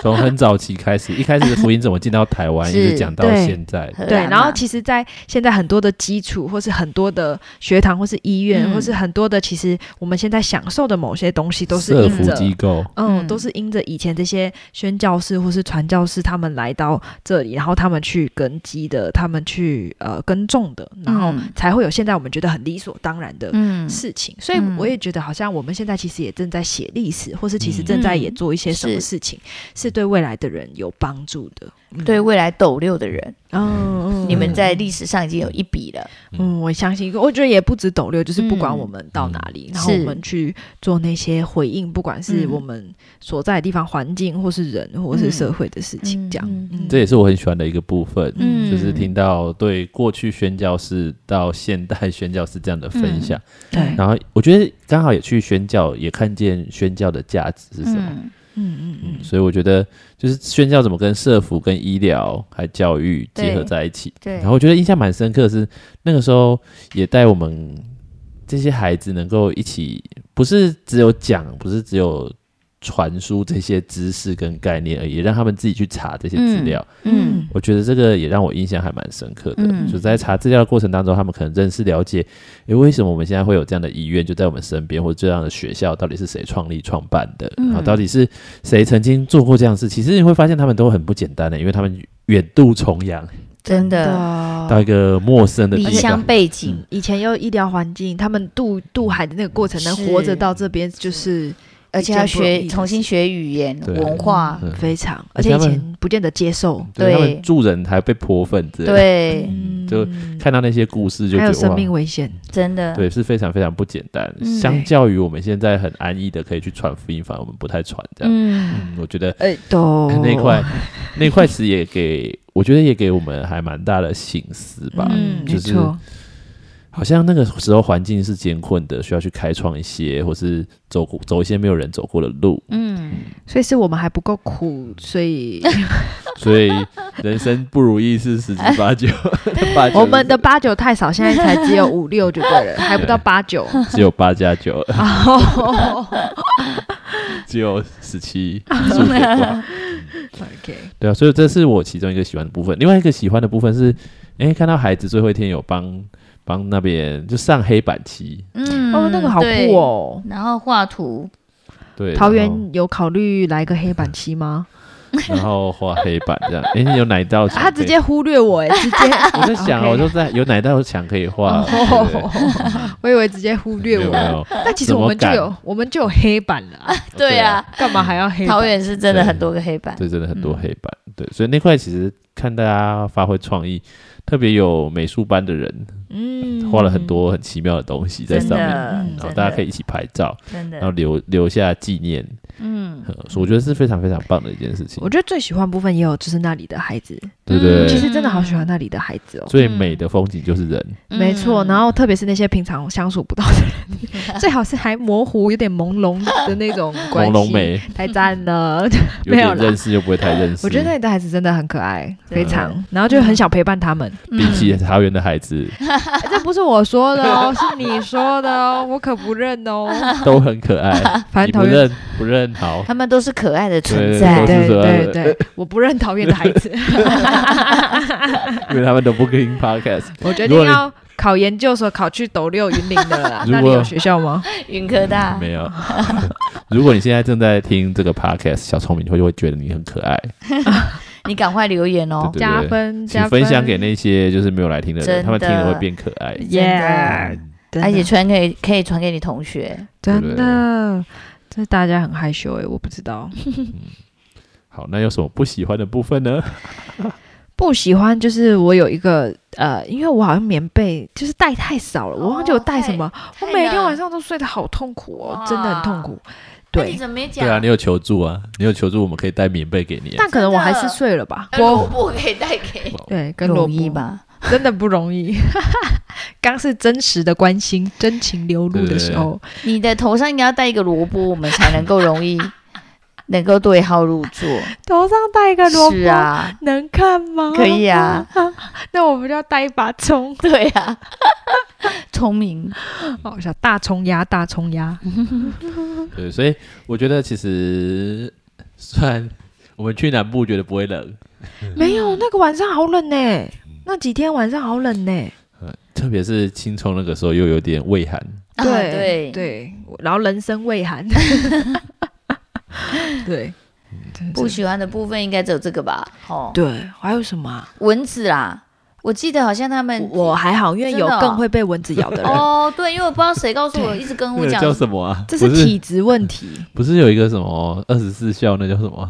[SPEAKER 1] 从很早期开始，一开始的福音怎么进到台湾，一
[SPEAKER 3] 是
[SPEAKER 1] 直讲到
[SPEAKER 2] 对
[SPEAKER 1] 现在。
[SPEAKER 3] 荷
[SPEAKER 2] 对，
[SPEAKER 3] 兰
[SPEAKER 2] 然后
[SPEAKER 3] 嘛
[SPEAKER 2] 其实，在现在很多的基础，或是很多的学堂，或是医院，
[SPEAKER 3] 嗯
[SPEAKER 2] 或是很多的，其实我们现在享受的某些东西，都是
[SPEAKER 1] 社
[SPEAKER 2] 因
[SPEAKER 1] 福
[SPEAKER 2] 着
[SPEAKER 1] 机构，
[SPEAKER 2] 嗯，
[SPEAKER 3] 嗯
[SPEAKER 2] 都是因着以前这些宣教士或是传教士他们来到这里，然后他们去根基的，他们去呃耕种的，然后
[SPEAKER 3] 嗯
[SPEAKER 2] 才会有现在我们觉得很理所当然的
[SPEAKER 3] 嗯
[SPEAKER 2] 事情。所以
[SPEAKER 3] 嗯
[SPEAKER 2] 我也觉得，好像我们现在其实也正在写历史，或是其实正在也做一些什么
[SPEAKER 3] 是
[SPEAKER 2] 事情，是对未来的人有帮助的。
[SPEAKER 3] 对未来斗六的人，
[SPEAKER 2] 嗯，
[SPEAKER 3] 你们在历史上已经有一笔了。
[SPEAKER 2] 嗯，我相信，我觉得也不止抖六，就是不管我们到哪里，然后我
[SPEAKER 3] 嗯是
[SPEAKER 2] 们去做那些回应，不管是
[SPEAKER 3] 嗯
[SPEAKER 2] 我们所在的地方环境，或是人，或是社会的事情，
[SPEAKER 3] 嗯
[SPEAKER 2] 这样。
[SPEAKER 3] 嗯嗯
[SPEAKER 2] 嗯，
[SPEAKER 1] 这也是我很喜欢的一个部分，
[SPEAKER 3] 嗯
[SPEAKER 1] 就是听到对过去宣教士到现代 宣教士这样的分享，
[SPEAKER 3] 嗯
[SPEAKER 2] 对，
[SPEAKER 1] 然后我觉得刚好也去宣教，也看见宣教的价值是什么。
[SPEAKER 3] 嗯，
[SPEAKER 2] 嗯嗯嗯
[SPEAKER 1] 嗯，所以我觉得就是宣教怎么跟社服、跟医疗还教育
[SPEAKER 3] 对
[SPEAKER 1] 结合在一起。
[SPEAKER 3] 对
[SPEAKER 1] 然后我觉得印象蛮深刻的是那个时候也带我们这些孩子能够一起，不是只有讲，不是只有传输这些知识跟概念而已，也让他们自己去查这些资料。
[SPEAKER 3] 嗯，
[SPEAKER 1] 我觉得这个也让我印象还蛮深刻的。
[SPEAKER 3] 嗯
[SPEAKER 1] 就在查资料的过程当中，他们可能认识了解，诶，为什么我们现在会有这样的医院就在我们身边，或者这样的学校到底是谁创立创办的？
[SPEAKER 3] 嗯
[SPEAKER 1] 然后到底是谁曾经做过这样的事？其实你会发现他们都很不简单的、因为他们远渡重洋
[SPEAKER 3] 真的，嗯
[SPEAKER 1] 到
[SPEAKER 2] 的。
[SPEAKER 1] 一个陌生的地
[SPEAKER 3] 离乡
[SPEAKER 1] 方。
[SPEAKER 3] 背景，
[SPEAKER 2] 以前又医疗环境，他们渡渡海的那个过程，能
[SPEAKER 3] 是
[SPEAKER 2] 活着到这边，就是
[SPEAKER 3] 而且要
[SPEAKER 2] 一件不容易
[SPEAKER 3] 学
[SPEAKER 2] 的
[SPEAKER 3] 重新学语言、
[SPEAKER 1] 对
[SPEAKER 3] 文化，
[SPEAKER 1] 嗯
[SPEAKER 2] 非常，而
[SPEAKER 1] 而
[SPEAKER 2] 且
[SPEAKER 1] 且
[SPEAKER 2] 以
[SPEAKER 1] 他们
[SPEAKER 2] 前不见得接受，
[SPEAKER 1] 对他
[SPEAKER 3] 对
[SPEAKER 1] 们助人还被泼粪之类的，
[SPEAKER 3] 对，
[SPEAKER 1] 嗯就看到那些故事就
[SPEAKER 2] 还
[SPEAKER 1] 觉
[SPEAKER 2] 有
[SPEAKER 1] 得
[SPEAKER 2] 生命
[SPEAKER 1] 哇，
[SPEAKER 2] 危险，
[SPEAKER 3] 真的，
[SPEAKER 2] 哦
[SPEAKER 1] 对，是非常非常不简单。
[SPEAKER 3] 嗯
[SPEAKER 1] 相较于我们现在很安逸的可以去传福音，反而我们不太传这样。
[SPEAKER 3] 嗯，
[SPEAKER 1] 嗯，我觉得
[SPEAKER 2] 哎，都
[SPEAKER 1] 那一
[SPEAKER 2] 哦
[SPEAKER 1] 块，那一块其实也给我觉得也给我们还蛮大的醒思吧。
[SPEAKER 2] 嗯，没
[SPEAKER 1] 就是
[SPEAKER 2] 错，
[SPEAKER 1] 好像那个时候环境是艰困的，需要去开创一些，或是走过走一些没有人走过的路，
[SPEAKER 3] 嗯，
[SPEAKER 2] 所以是我们还不够苦，所以
[SPEAKER 1] 所以人生不如意是十之八 九，八九
[SPEAKER 2] 我们的八九太少，现在才只有五六就对了，还不到八九。
[SPEAKER 1] 只有八加九，
[SPEAKER 2] 哦
[SPEAKER 1] 只有十七，数 学不好
[SPEAKER 2] ，OK，
[SPEAKER 1] 对啊，所以这是我其中一个喜欢的部分。另外一个喜欢的部分是，哎、看到孩子最后一天有帮帮那边就上黑板漆，
[SPEAKER 3] 嗯，
[SPEAKER 2] 哦，那个好
[SPEAKER 3] 对
[SPEAKER 2] 酷。哦。
[SPEAKER 3] 然后画图，
[SPEAKER 1] 对，然
[SPEAKER 2] 桃
[SPEAKER 1] 后
[SPEAKER 2] 园有考虑来个黑板漆吗？ 啊
[SPEAKER 1] 然后画黑板这样。哎、你有哪一道墙可以？
[SPEAKER 2] 他直接忽略我，哎，直接，
[SPEAKER 1] 我在想啊，
[SPEAKER 2] OK
[SPEAKER 1] 我就在有哪一道墙可以画？对不
[SPEAKER 2] 哦， 啊我以为直接忽
[SPEAKER 1] 对
[SPEAKER 2] 略
[SPEAKER 1] 有
[SPEAKER 2] 我
[SPEAKER 1] 没。有？
[SPEAKER 2] 但其实我们就有，我们就有黑板了啊，
[SPEAKER 3] 对啊，
[SPEAKER 2] 干嘛还要黑板
[SPEAKER 3] 桃？园是真的很多个黑板，
[SPEAKER 1] 对，真的很多黑板。对，所以那块其实看大家发挥创意，特别有美术班的人
[SPEAKER 2] 嗯
[SPEAKER 1] 画了很，多很奇妙的东西在
[SPEAKER 3] 真
[SPEAKER 1] 上
[SPEAKER 3] 的，
[SPEAKER 1] 面，
[SPEAKER 2] 嗯
[SPEAKER 3] 然
[SPEAKER 1] 然后大家可以一起拍照，
[SPEAKER 3] 真
[SPEAKER 1] 然后
[SPEAKER 3] 的，
[SPEAKER 1] 留留下纪念。
[SPEAKER 3] 嗯，
[SPEAKER 1] 呃所以我觉得是非常非常棒的一件事情
[SPEAKER 2] 我，觉得最喜欢部分也有就是那里的孩子，
[SPEAKER 1] 对不
[SPEAKER 3] 嗯
[SPEAKER 2] 嗯其
[SPEAKER 1] 对？
[SPEAKER 2] 实真的好喜欢那里的孩子哦。
[SPEAKER 1] 最美的风景就是人，
[SPEAKER 2] 没错，
[SPEAKER 3] 嗯
[SPEAKER 2] 然后特别是那些平常相处不到的人，最好是还模糊、有点朦胧的那种关
[SPEAKER 1] 朦
[SPEAKER 2] 系，
[SPEAKER 1] 胧美，
[SPEAKER 2] 太赞 了！
[SPEAKER 1] 有
[SPEAKER 2] 没有
[SPEAKER 1] 点
[SPEAKER 2] 啦
[SPEAKER 1] 认识又不会太认识。
[SPEAKER 2] 我觉得那里的孩子真的很可爱，
[SPEAKER 3] 真
[SPEAKER 2] 非
[SPEAKER 1] 嗯
[SPEAKER 3] 的
[SPEAKER 2] 常，然后就很想陪伴他们。
[SPEAKER 1] 比
[SPEAKER 2] 嗯
[SPEAKER 1] 起桃园的孩子
[SPEAKER 2] 哎这不是我说的 哦，是你说的哦，我可不认哦。
[SPEAKER 1] 都很可爱，
[SPEAKER 2] 反
[SPEAKER 1] 你
[SPEAKER 2] 正
[SPEAKER 1] 不
[SPEAKER 2] 桃园，
[SPEAKER 1] 认不认好，
[SPEAKER 3] 他们都是可爱的存
[SPEAKER 1] 对
[SPEAKER 3] 在
[SPEAKER 1] 都，
[SPEAKER 2] 对
[SPEAKER 1] 是说
[SPEAKER 2] 对对，我不认桃园的孩子，
[SPEAKER 1] 因为他们都不听 podcast。
[SPEAKER 2] 我决
[SPEAKER 1] 如
[SPEAKER 2] 定
[SPEAKER 1] 果你
[SPEAKER 2] 要考研究所，考去斗六云林的了啦。
[SPEAKER 1] 如
[SPEAKER 2] 那
[SPEAKER 1] 果
[SPEAKER 2] 里有学校吗？
[SPEAKER 3] 云科大，
[SPEAKER 1] 没有。 如果你现在正在听这个 podcast，小聪明就会觉得你很可爱，
[SPEAKER 3] 你赶快留言哦
[SPEAKER 1] 对，对
[SPEAKER 2] 加分
[SPEAKER 1] 请
[SPEAKER 2] 加
[SPEAKER 1] 分享给那些就是没有来听的
[SPEAKER 3] 真的
[SPEAKER 1] 人，他们听了会变可爱。
[SPEAKER 2] 耶，真的
[SPEAKER 3] 而且传给可以传给你同学，
[SPEAKER 1] 对
[SPEAKER 2] 真的，这大家很害羞哎，我不知道。
[SPEAKER 1] 好，那有什么不喜欢的部分呢？
[SPEAKER 2] 不喜欢就是我有一个呃，因为我好像棉被就是带太少
[SPEAKER 3] 哦
[SPEAKER 2] 了，我忘记我带什么，我每天晚上都睡得好痛苦哦，
[SPEAKER 3] 哇
[SPEAKER 2] 真的很痛苦。
[SPEAKER 3] 那你
[SPEAKER 2] 对，
[SPEAKER 3] 怎么没讲？
[SPEAKER 1] 对啊，你有求助啊，你有求助，我们可以带棉被给你。啊
[SPEAKER 2] 但可能我
[SPEAKER 3] 真
[SPEAKER 2] 还
[SPEAKER 3] 的
[SPEAKER 2] 是睡了吧。
[SPEAKER 3] 呃萝
[SPEAKER 2] 我
[SPEAKER 3] 卜可以带给你，
[SPEAKER 2] 对跟萝
[SPEAKER 3] 容
[SPEAKER 2] 卜
[SPEAKER 3] 易吧？
[SPEAKER 2] 真的不容易。 刚是真实的关心，真情流露的时候，
[SPEAKER 3] 你的头上应该要戴一个萝卜，我们才能够容易 能够对号入座。
[SPEAKER 2] 头上戴一个萝卜
[SPEAKER 3] 是，啊，
[SPEAKER 2] 能看吗？
[SPEAKER 3] 可 以啊，
[SPEAKER 2] 那我不就要带一把葱？
[SPEAKER 3] 对啊，聪明，哦
[SPEAKER 2] 好笑，大葱鸭，大葱鸭。
[SPEAKER 1] 嗯对，所以我觉得其实虽然我们去南部觉得不会冷，
[SPEAKER 2] 没
[SPEAKER 3] 嗯
[SPEAKER 2] 有，那个晚上好冷呢、
[SPEAKER 1] 嗯
[SPEAKER 2] 那几天晚上好冷呢、
[SPEAKER 1] 特别是青葱那个时候又有点畏寒，
[SPEAKER 3] 啊
[SPEAKER 2] 对
[SPEAKER 3] 对
[SPEAKER 2] 对，然后人生未 寒。对，真的
[SPEAKER 3] 嗯不喜欢的部分应该只有这个吧？哦，
[SPEAKER 2] 对，还有什么啊、
[SPEAKER 3] 蚊子啦，我记得好像他们
[SPEAKER 2] 我还好，因为有
[SPEAKER 3] 真的哦
[SPEAKER 2] 更会被蚊子咬的人，
[SPEAKER 3] 哦，对，因为我不知道谁告诉我，
[SPEAKER 2] 对
[SPEAKER 3] 一直跟
[SPEAKER 1] 那
[SPEAKER 3] 我
[SPEAKER 1] 个
[SPEAKER 3] 讲
[SPEAKER 1] 叫什么啊？
[SPEAKER 2] 这
[SPEAKER 1] 不
[SPEAKER 2] 是
[SPEAKER 1] 是
[SPEAKER 2] 体质问
[SPEAKER 3] 嗯
[SPEAKER 2] 题。
[SPEAKER 1] 不是有一个什么二十四孝那叫什么啊？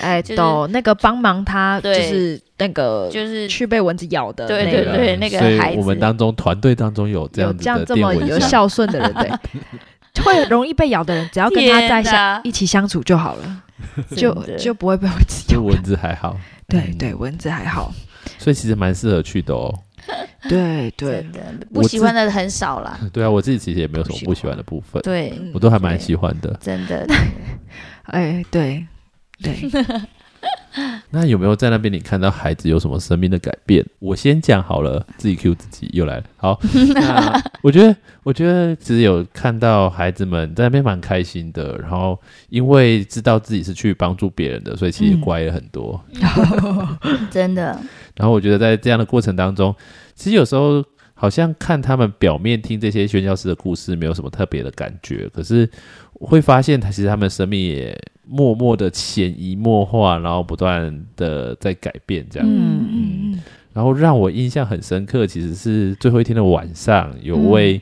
[SPEAKER 2] 哎，
[SPEAKER 3] 就是
[SPEAKER 2] 懂那个帮忙他，就
[SPEAKER 3] 对
[SPEAKER 2] 是那个
[SPEAKER 3] 就是
[SPEAKER 2] 去被蚊子咬的，
[SPEAKER 3] 对
[SPEAKER 2] 那
[SPEAKER 3] 对
[SPEAKER 2] 个
[SPEAKER 3] 对那个
[SPEAKER 1] 啊所以
[SPEAKER 3] 孩
[SPEAKER 1] 我们
[SPEAKER 3] 子
[SPEAKER 1] 当中团队当中有这
[SPEAKER 2] 有
[SPEAKER 1] 样子
[SPEAKER 2] 这样
[SPEAKER 1] 的
[SPEAKER 2] 这
[SPEAKER 1] 电
[SPEAKER 2] 么
[SPEAKER 1] 蚊
[SPEAKER 2] 有
[SPEAKER 1] 香
[SPEAKER 2] 孝顺的人，对， 会容易被咬的人，只要跟他在
[SPEAKER 3] 天
[SPEAKER 2] 相
[SPEAKER 3] 哪
[SPEAKER 2] 一起相处就好了，就
[SPEAKER 3] 啊真的
[SPEAKER 2] 就不会被蚊子
[SPEAKER 1] 就
[SPEAKER 2] 咬。
[SPEAKER 1] 蚊子还好，
[SPEAKER 2] 对
[SPEAKER 1] 嗯
[SPEAKER 2] 对，蚊子还好，
[SPEAKER 1] 所以其实蛮适合去的哦。
[SPEAKER 2] 对对，
[SPEAKER 3] 真的
[SPEAKER 1] 我
[SPEAKER 3] 不喜
[SPEAKER 1] 自
[SPEAKER 3] 欢的很少啦。
[SPEAKER 1] 对啊，我自己其实也没有什么
[SPEAKER 2] 不
[SPEAKER 1] 不
[SPEAKER 2] 喜欢
[SPEAKER 1] 喜欢的部分，
[SPEAKER 3] 对，
[SPEAKER 2] 嗯
[SPEAKER 1] 我都还蛮喜欢的。
[SPEAKER 3] 真的
[SPEAKER 2] 哎对对，
[SPEAKER 1] 那有没有在那边你看到孩子有什么生命的改变？我先讲好了，自己 Q 自己又来了。好，那我觉得，我觉得其实有看到孩子们在那边蛮开心的，然后因为知道自己是去帮助别人的，所以其实
[SPEAKER 2] 嗯
[SPEAKER 1] 乖了很多。
[SPEAKER 3] 真的，
[SPEAKER 1] 然后我觉得在这样的过程当中，其实有时候好像看他们表面听这些宣教师的故事，没有什么特别的感觉，可是会发现他其实他们生命也默默的潜移默化，然后不断的在改变这样。
[SPEAKER 2] 嗯嗯嗯，
[SPEAKER 1] 然后让我印象很深刻，其实是最后一天的晚上，有
[SPEAKER 2] 嗯
[SPEAKER 1] 为、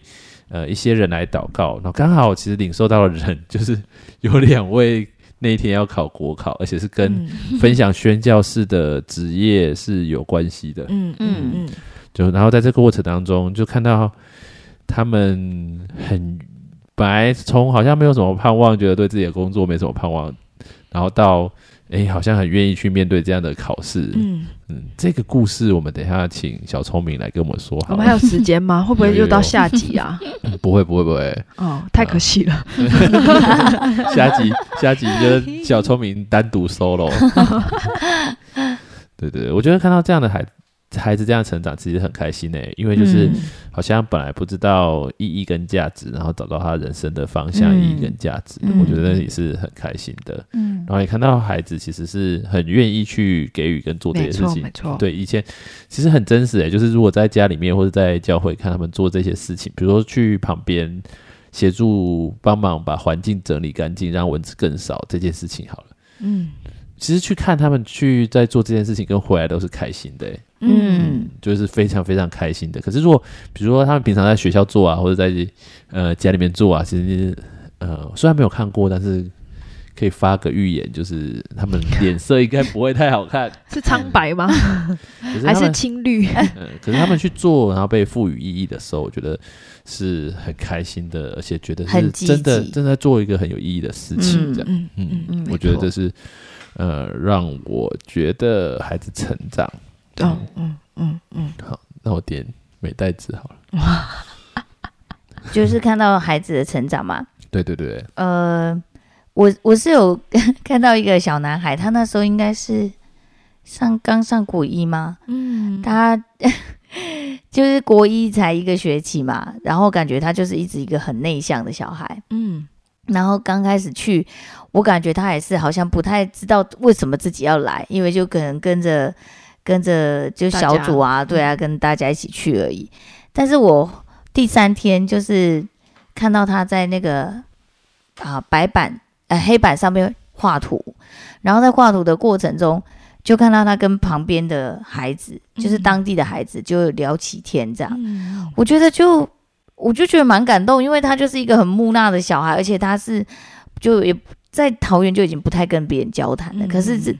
[SPEAKER 1] 呃一些人来祷告，然后刚好其实领受到的人就是有两位那一天要考国考，而且是跟
[SPEAKER 2] 嗯
[SPEAKER 1] 分享宣教士的职业是有关系的。
[SPEAKER 2] 嗯嗯嗯，
[SPEAKER 1] 就然后在这个过程当中，就看到他们很本来从好像没有什么盼望，觉得对自己的工作没什么盼望，然后到诶好像很愿意去面对这样的考试。嗯
[SPEAKER 2] 嗯，
[SPEAKER 1] 这个故事我们等一下请小聪明来跟我们说好
[SPEAKER 2] 我
[SPEAKER 1] 了。
[SPEAKER 2] 们还有时间吗？会不会
[SPEAKER 1] 有有
[SPEAKER 2] 又到
[SPEAKER 1] 有
[SPEAKER 2] 下集啊？
[SPEAKER 1] 不会不会不会，
[SPEAKER 2] 哦，太可惜了。
[SPEAKER 1] 嗯下集下集就是小聪明单独 solo。对对，对我觉得看到这样的孩孩子这样成长，其实很开心诶、欸因为就是。
[SPEAKER 2] 嗯
[SPEAKER 1] 好像本来不知道意义跟价值，然后找到他人生的方向、
[SPEAKER 2] 嗯
[SPEAKER 1] 意义跟价值，
[SPEAKER 2] 嗯
[SPEAKER 1] 我觉得也是很开心的。
[SPEAKER 3] 嗯
[SPEAKER 1] 然，后也看到孩子其实是很愿意去给予跟做这
[SPEAKER 2] 没
[SPEAKER 1] 些事
[SPEAKER 2] 错
[SPEAKER 1] 情
[SPEAKER 2] 没。错，
[SPEAKER 1] 对，以前其实很真实诶、欸就是如果在家里面或者在教会看他们做这些事情，比如说去旁边协助帮忙把环境整理干净，让蚊子更少这件事情好了。
[SPEAKER 2] 嗯
[SPEAKER 1] 其实去看他们去在做这件事情，跟回来都是开心的、欸。
[SPEAKER 2] 嗯
[SPEAKER 3] 嗯，
[SPEAKER 1] 就是非常非常开心的。可是如果比如说他们平常在学校做啊，或者在呃家里面做啊，其实呃虽然没有看过，但是可以发个预言，就是他们脸色应该不会太好看。
[SPEAKER 2] 是苍白吗？
[SPEAKER 1] 可是
[SPEAKER 2] 还
[SPEAKER 1] 他
[SPEAKER 2] 是
[SPEAKER 1] 们
[SPEAKER 2] 青绿？
[SPEAKER 1] 呃可是他们去做，然后被赋予意义的时候，我觉得是很开心的，而且觉得是
[SPEAKER 3] 很积极
[SPEAKER 1] 真的正在做一个很有意义的事情。这样，
[SPEAKER 2] 嗯
[SPEAKER 1] 嗯，
[SPEAKER 2] 嗯
[SPEAKER 1] 我觉得这是呃让我觉得孩子成长。
[SPEAKER 2] 哦嗯嗯嗯，
[SPEAKER 1] 那我点美代子好了。
[SPEAKER 3] 就是看到孩子的成长嘛。
[SPEAKER 1] 对对对，对
[SPEAKER 3] 呃，我我是有 看到一个小男孩，他那时候应该是上刚上国一吗？
[SPEAKER 2] 嗯，
[SPEAKER 3] 他 就是国一才一个学期嘛，然后感觉他就是一直一个很内向的小孩。
[SPEAKER 2] 嗯
[SPEAKER 3] 然后刚开始去，我感觉他也是好像不太知道为什么自己要来，因为就可能跟着跟着就小组啊，对啊，跟大家一起去而已。但是我第三天就是看到他在那个啊、白板呃黑板上面画图，然后在画图的过程中，就看到他跟旁边的孩子，就是
[SPEAKER 2] 嗯
[SPEAKER 3] 当地的孩子，就聊起天这样。
[SPEAKER 2] 嗯
[SPEAKER 3] 我觉得就我就觉得蛮感动，因为他就是一个很木讷的小孩，而且他是就也在桃园就已经不太跟别人交谈了，
[SPEAKER 2] 嗯
[SPEAKER 3] 可是这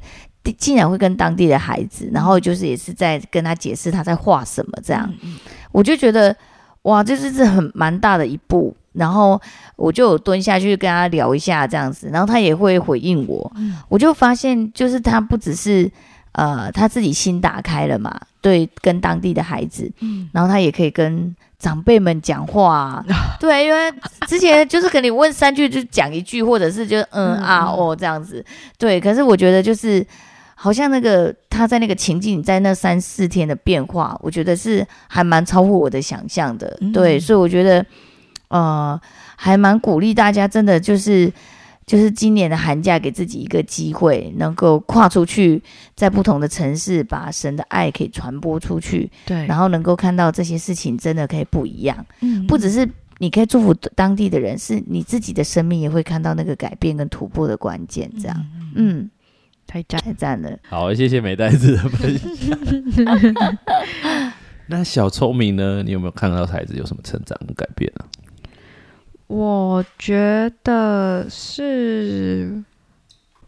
[SPEAKER 3] 竟然会跟当地的孩子，然后就是也是在跟他解释他在画什么这样，
[SPEAKER 2] 嗯
[SPEAKER 3] 我就觉得哇，这就是很蛮大的一步。然后我就有蹲下去跟他聊一下这样子，然后他也会回应我，
[SPEAKER 2] 嗯
[SPEAKER 3] 我就发现，就是他不只是呃他自己心打开了嘛，对，跟当地的孩子，
[SPEAKER 2] 嗯
[SPEAKER 3] 然后他也可以跟长辈们讲 话、啊，对，因为之前就是跟你问三句就讲一句，或者是就嗯
[SPEAKER 2] 嗯
[SPEAKER 3] 啊
[SPEAKER 2] 嗯
[SPEAKER 3] 哦这样子，对。可是我觉得就是好像那个他在那个情境在那三四天的变化，我觉得是还蛮超乎我的想象的，
[SPEAKER 2] 嗯
[SPEAKER 3] 对，所以我觉得呃还蛮鼓励大家，真的就是。就是今年的寒假，给自己一个机会，能够跨出去，在不同的城市把神的爱可以传播出去，
[SPEAKER 2] 对，
[SPEAKER 3] 然
[SPEAKER 2] 后
[SPEAKER 3] 后能够看到这些事情真的可以不一样，不只
[SPEAKER 2] 是
[SPEAKER 3] 是你可以祝福当地的人，是你自己的生命也会看到那个改变跟突破的关键。这样，，嗯，
[SPEAKER 2] 太赞，
[SPEAKER 3] 太赞了，
[SPEAKER 1] 好，谢谢美代子的分享。那小聪明呢？你有没有看到孩子有什么成长跟改变啊？
[SPEAKER 2] 我觉得是，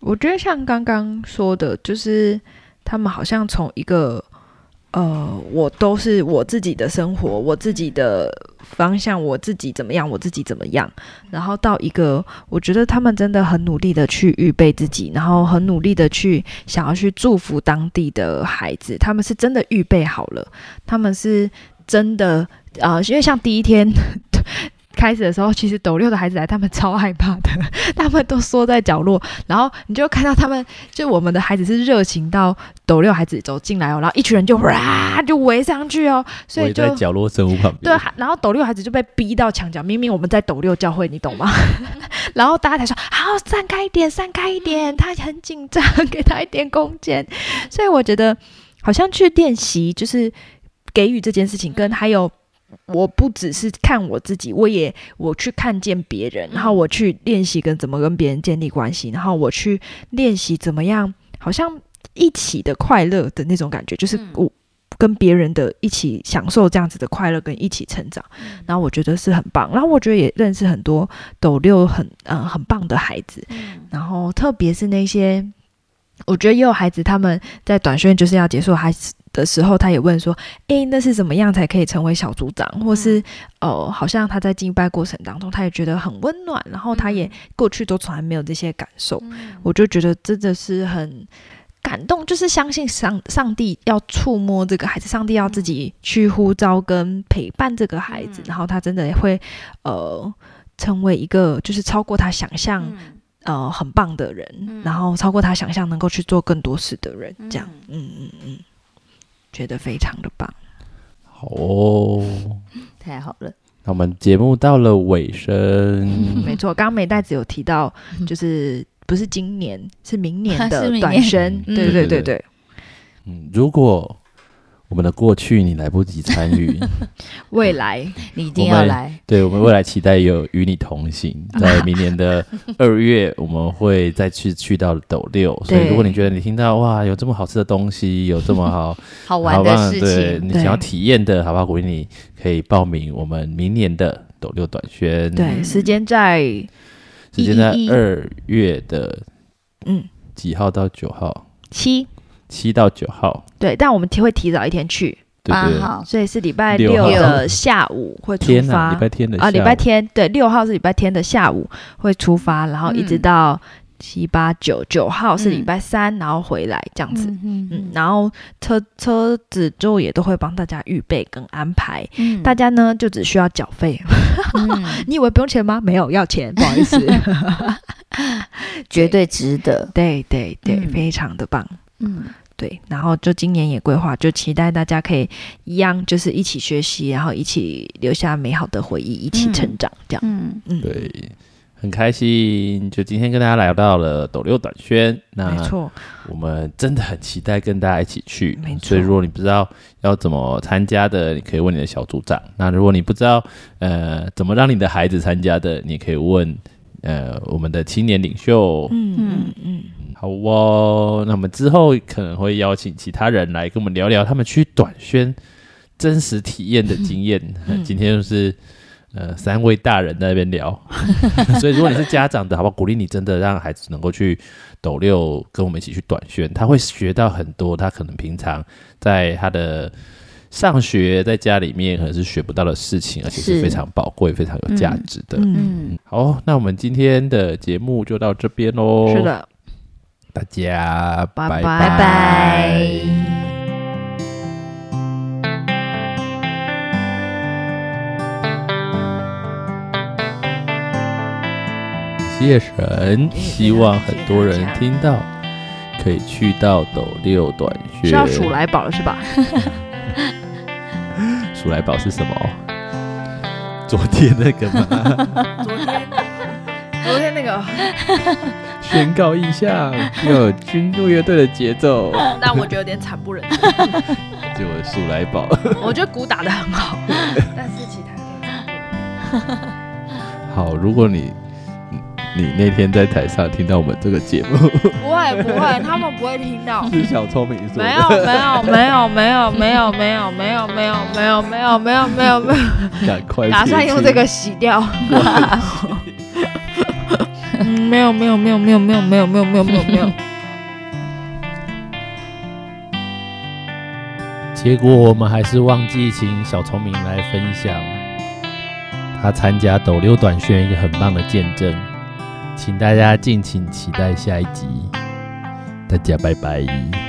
[SPEAKER 2] 我觉得像刚刚说的，就是他们好像从一个呃，我都是我自己的生活，我自己的方向，我自己怎么样，我自己怎么样，然后到一个，我觉得他们真的很努力的去预备自己，然后很努力的去想要去祝福当地的孩子，他们是真的预备好了，他们是真的呃，因为像第一天。 开始的时候，其实斗六的孩子来，他们超害怕的，他们都缩在角落，然后你就看到他们，就我们的孩子是热情到斗六孩子走进来哦，然后一群人就哇就围上去哦，所以
[SPEAKER 1] 围
[SPEAKER 2] 就
[SPEAKER 1] 在角落生物旁边，
[SPEAKER 2] 对，啊然后斗六孩子就被逼到墙角，明明我们在斗六教会，你懂吗？然后大家才说好，散开一点，散开一点，他很紧张， 给他一点空间。所以我觉得，好像去练习就是给予这件事情，跟还有。我不只是看我自己，我也我去看见别人，
[SPEAKER 3] 嗯
[SPEAKER 2] 然后我去练习跟怎么跟别人建立关系，然后我去练习怎么样，好像一起的快乐的那种感觉，就是
[SPEAKER 3] 嗯
[SPEAKER 2] 我跟别人的一起享受这样子的快乐，跟一起成长。
[SPEAKER 3] 嗯
[SPEAKER 2] 然后我觉得是很棒，然后我觉得也认识很多斗六很嗯、很棒的孩子，
[SPEAKER 3] 嗯
[SPEAKER 2] 然后特别是那些，我觉得也有孩子他们在短训就是要结束还是的时候，他也问说，诶，那是怎么样才可以成为小组长，或是哦、呃好像他在敬拜过程当中，他也觉得很温暖，然后他
[SPEAKER 3] 嗯
[SPEAKER 2] 也过去都从来没有这些感受，我就觉得真的是很。感动就是相信上上帝要触摸这个孩子，上帝要自己去呼召跟陪伴这个孩子，
[SPEAKER 3] 嗯
[SPEAKER 2] 然后他真的会呃成为一个就是超过他想象
[SPEAKER 3] 嗯
[SPEAKER 2] 呃很棒的人，
[SPEAKER 3] 嗯
[SPEAKER 2] 然后超过他想象能够去做更多事的人，
[SPEAKER 3] 嗯
[SPEAKER 2] 这样，嗯嗯嗯，觉得非常的棒。
[SPEAKER 1] 好哦。
[SPEAKER 3] 太好了，
[SPEAKER 1] 那我们节目到了尾声，
[SPEAKER 2] 没错，刚刚美代子有提到，
[SPEAKER 1] 嗯
[SPEAKER 2] 就是不是今年，是 明年
[SPEAKER 3] 是明
[SPEAKER 2] 的
[SPEAKER 3] 年
[SPEAKER 2] 短宣，对
[SPEAKER 3] 嗯
[SPEAKER 1] 对
[SPEAKER 2] 对对
[SPEAKER 1] 对
[SPEAKER 2] 对，
[SPEAKER 1] 嗯，如果我们的过去你来不及参 与，嗯
[SPEAKER 2] 未来
[SPEAKER 3] 你一定
[SPEAKER 1] 我
[SPEAKER 3] 要
[SPEAKER 1] 们
[SPEAKER 3] 来，
[SPEAKER 1] 对我们未来期待有与你同行，在明年的 二月，我们会再去去到斗六。所以，
[SPEAKER 2] 对
[SPEAKER 1] 如果你觉得你听到哇，有这么好吃的东西，有这么好
[SPEAKER 3] 好
[SPEAKER 1] 好
[SPEAKER 3] 玩的
[SPEAKER 1] 棒，
[SPEAKER 3] 事
[SPEAKER 1] 对
[SPEAKER 3] 情，
[SPEAKER 1] 你想要
[SPEAKER 2] 对
[SPEAKER 1] 体验的，好不好？鼓励你可以报名我们明年的斗六短宣，
[SPEAKER 2] 对时间在
[SPEAKER 1] 时间在
[SPEAKER 2] 111
[SPEAKER 1] 二月的
[SPEAKER 2] 嗯
[SPEAKER 1] 几号到九号，
[SPEAKER 2] 七，
[SPEAKER 1] 七到九号，
[SPEAKER 2] 对，但我们提会提早一天去，
[SPEAKER 1] 对
[SPEAKER 3] 八
[SPEAKER 1] 不对？
[SPEAKER 3] 号，
[SPEAKER 2] 所以是礼
[SPEAKER 1] 嗯
[SPEAKER 2] 拜
[SPEAKER 1] 六
[SPEAKER 3] 号
[SPEAKER 2] 的下午会出
[SPEAKER 1] 天
[SPEAKER 2] 发
[SPEAKER 1] 礼拜天的
[SPEAKER 2] 啊，礼拜
[SPEAKER 1] 下午
[SPEAKER 2] 天对，六号是礼拜天的下午会出发，然后一直
[SPEAKER 3] 嗯
[SPEAKER 2] 到七八九九号是礼
[SPEAKER 3] 嗯
[SPEAKER 2] 拜三，然后回来这样子。
[SPEAKER 3] 嗯
[SPEAKER 2] 嗯，然后车车子就也都会帮大家预备跟安排，
[SPEAKER 3] 嗯
[SPEAKER 2] 大家呢就只需要缴费。
[SPEAKER 3] 嗯
[SPEAKER 2] 你以为不用钱吗？没有，要钱，不好意 思。
[SPEAKER 3] 绝对值得，
[SPEAKER 2] 对对对，
[SPEAKER 3] 嗯
[SPEAKER 2] 非常的棒。
[SPEAKER 3] 嗯
[SPEAKER 2] 对，然后就今年也规划，就期待大家可以一样，就是一起学习，然后一起留下美好的回忆，一起成长，这样。
[SPEAKER 3] 嗯，
[SPEAKER 2] 嗯，
[SPEAKER 1] 对，很开心，就今天跟大家来到了斗六短宣，那
[SPEAKER 2] 没错，
[SPEAKER 1] 我们真的很期待跟大家一起去
[SPEAKER 2] 没。错
[SPEAKER 1] 所以如果你不知道要怎么参加的，你可以问你的小组长。那如果你不知道呃怎么让你的孩子参加的，你也可以问呃我们的青年领袖。
[SPEAKER 2] 嗯嗯嗯，
[SPEAKER 1] 好哦，那我们之后可能会邀请其他人来跟我们聊聊他们去短宣真实体验的经验。
[SPEAKER 2] 嗯
[SPEAKER 1] 今天就是呃三位大人在那边聊， 所以如果你是家长的，好不好？鼓励你真的让孩子能够去抖六，跟我们一起去短宣，他会学到很多，他可能平常在他的。上学在家里面可能是学不到的事情，而且是
[SPEAKER 3] 是
[SPEAKER 1] 非常宝贵、非常有价值的。
[SPEAKER 2] 嗯，
[SPEAKER 3] 嗯，
[SPEAKER 1] 好，那我们今天的节目就到这边喽。
[SPEAKER 2] 是的。
[SPEAKER 1] 大家
[SPEAKER 2] 拜
[SPEAKER 1] 拜
[SPEAKER 2] 拜拜
[SPEAKER 3] 拜
[SPEAKER 1] 谢谢神，希望很多人
[SPEAKER 2] 谢谢大家
[SPEAKER 1] 听到，可以去到斗六短靴。
[SPEAKER 2] 是要数来宝了是吧？
[SPEAKER 1] 数来宝是什么？昨天那个 吗？
[SPEAKER 2] 昨天，昨天那个，
[SPEAKER 1] 宣告意向，要有军陆乐队的节奏，
[SPEAKER 2] 那我觉得有点惨不忍睹。
[SPEAKER 1] 就数来宝。
[SPEAKER 2] 我觉得鼓打的很好，但是其他的
[SPEAKER 1] 好，如果你嗯你那天在台上听到我们这个节 目，
[SPEAKER 4] 不会不会，他们不会听到。
[SPEAKER 1] 是小聪明说
[SPEAKER 4] 没有没有没有没有没有没有没有没有没有没有没有没有没有，
[SPEAKER 1] 有，赶快
[SPEAKER 4] 打算用这个洗掉。嗯，没有没有没有没有没有没有没有没有没有没有。
[SPEAKER 1] 结果我们还是忘记请小聪明来分享他参加斗六短宣一个很棒的见证，请大家敬请期待下一集，大家拜拜。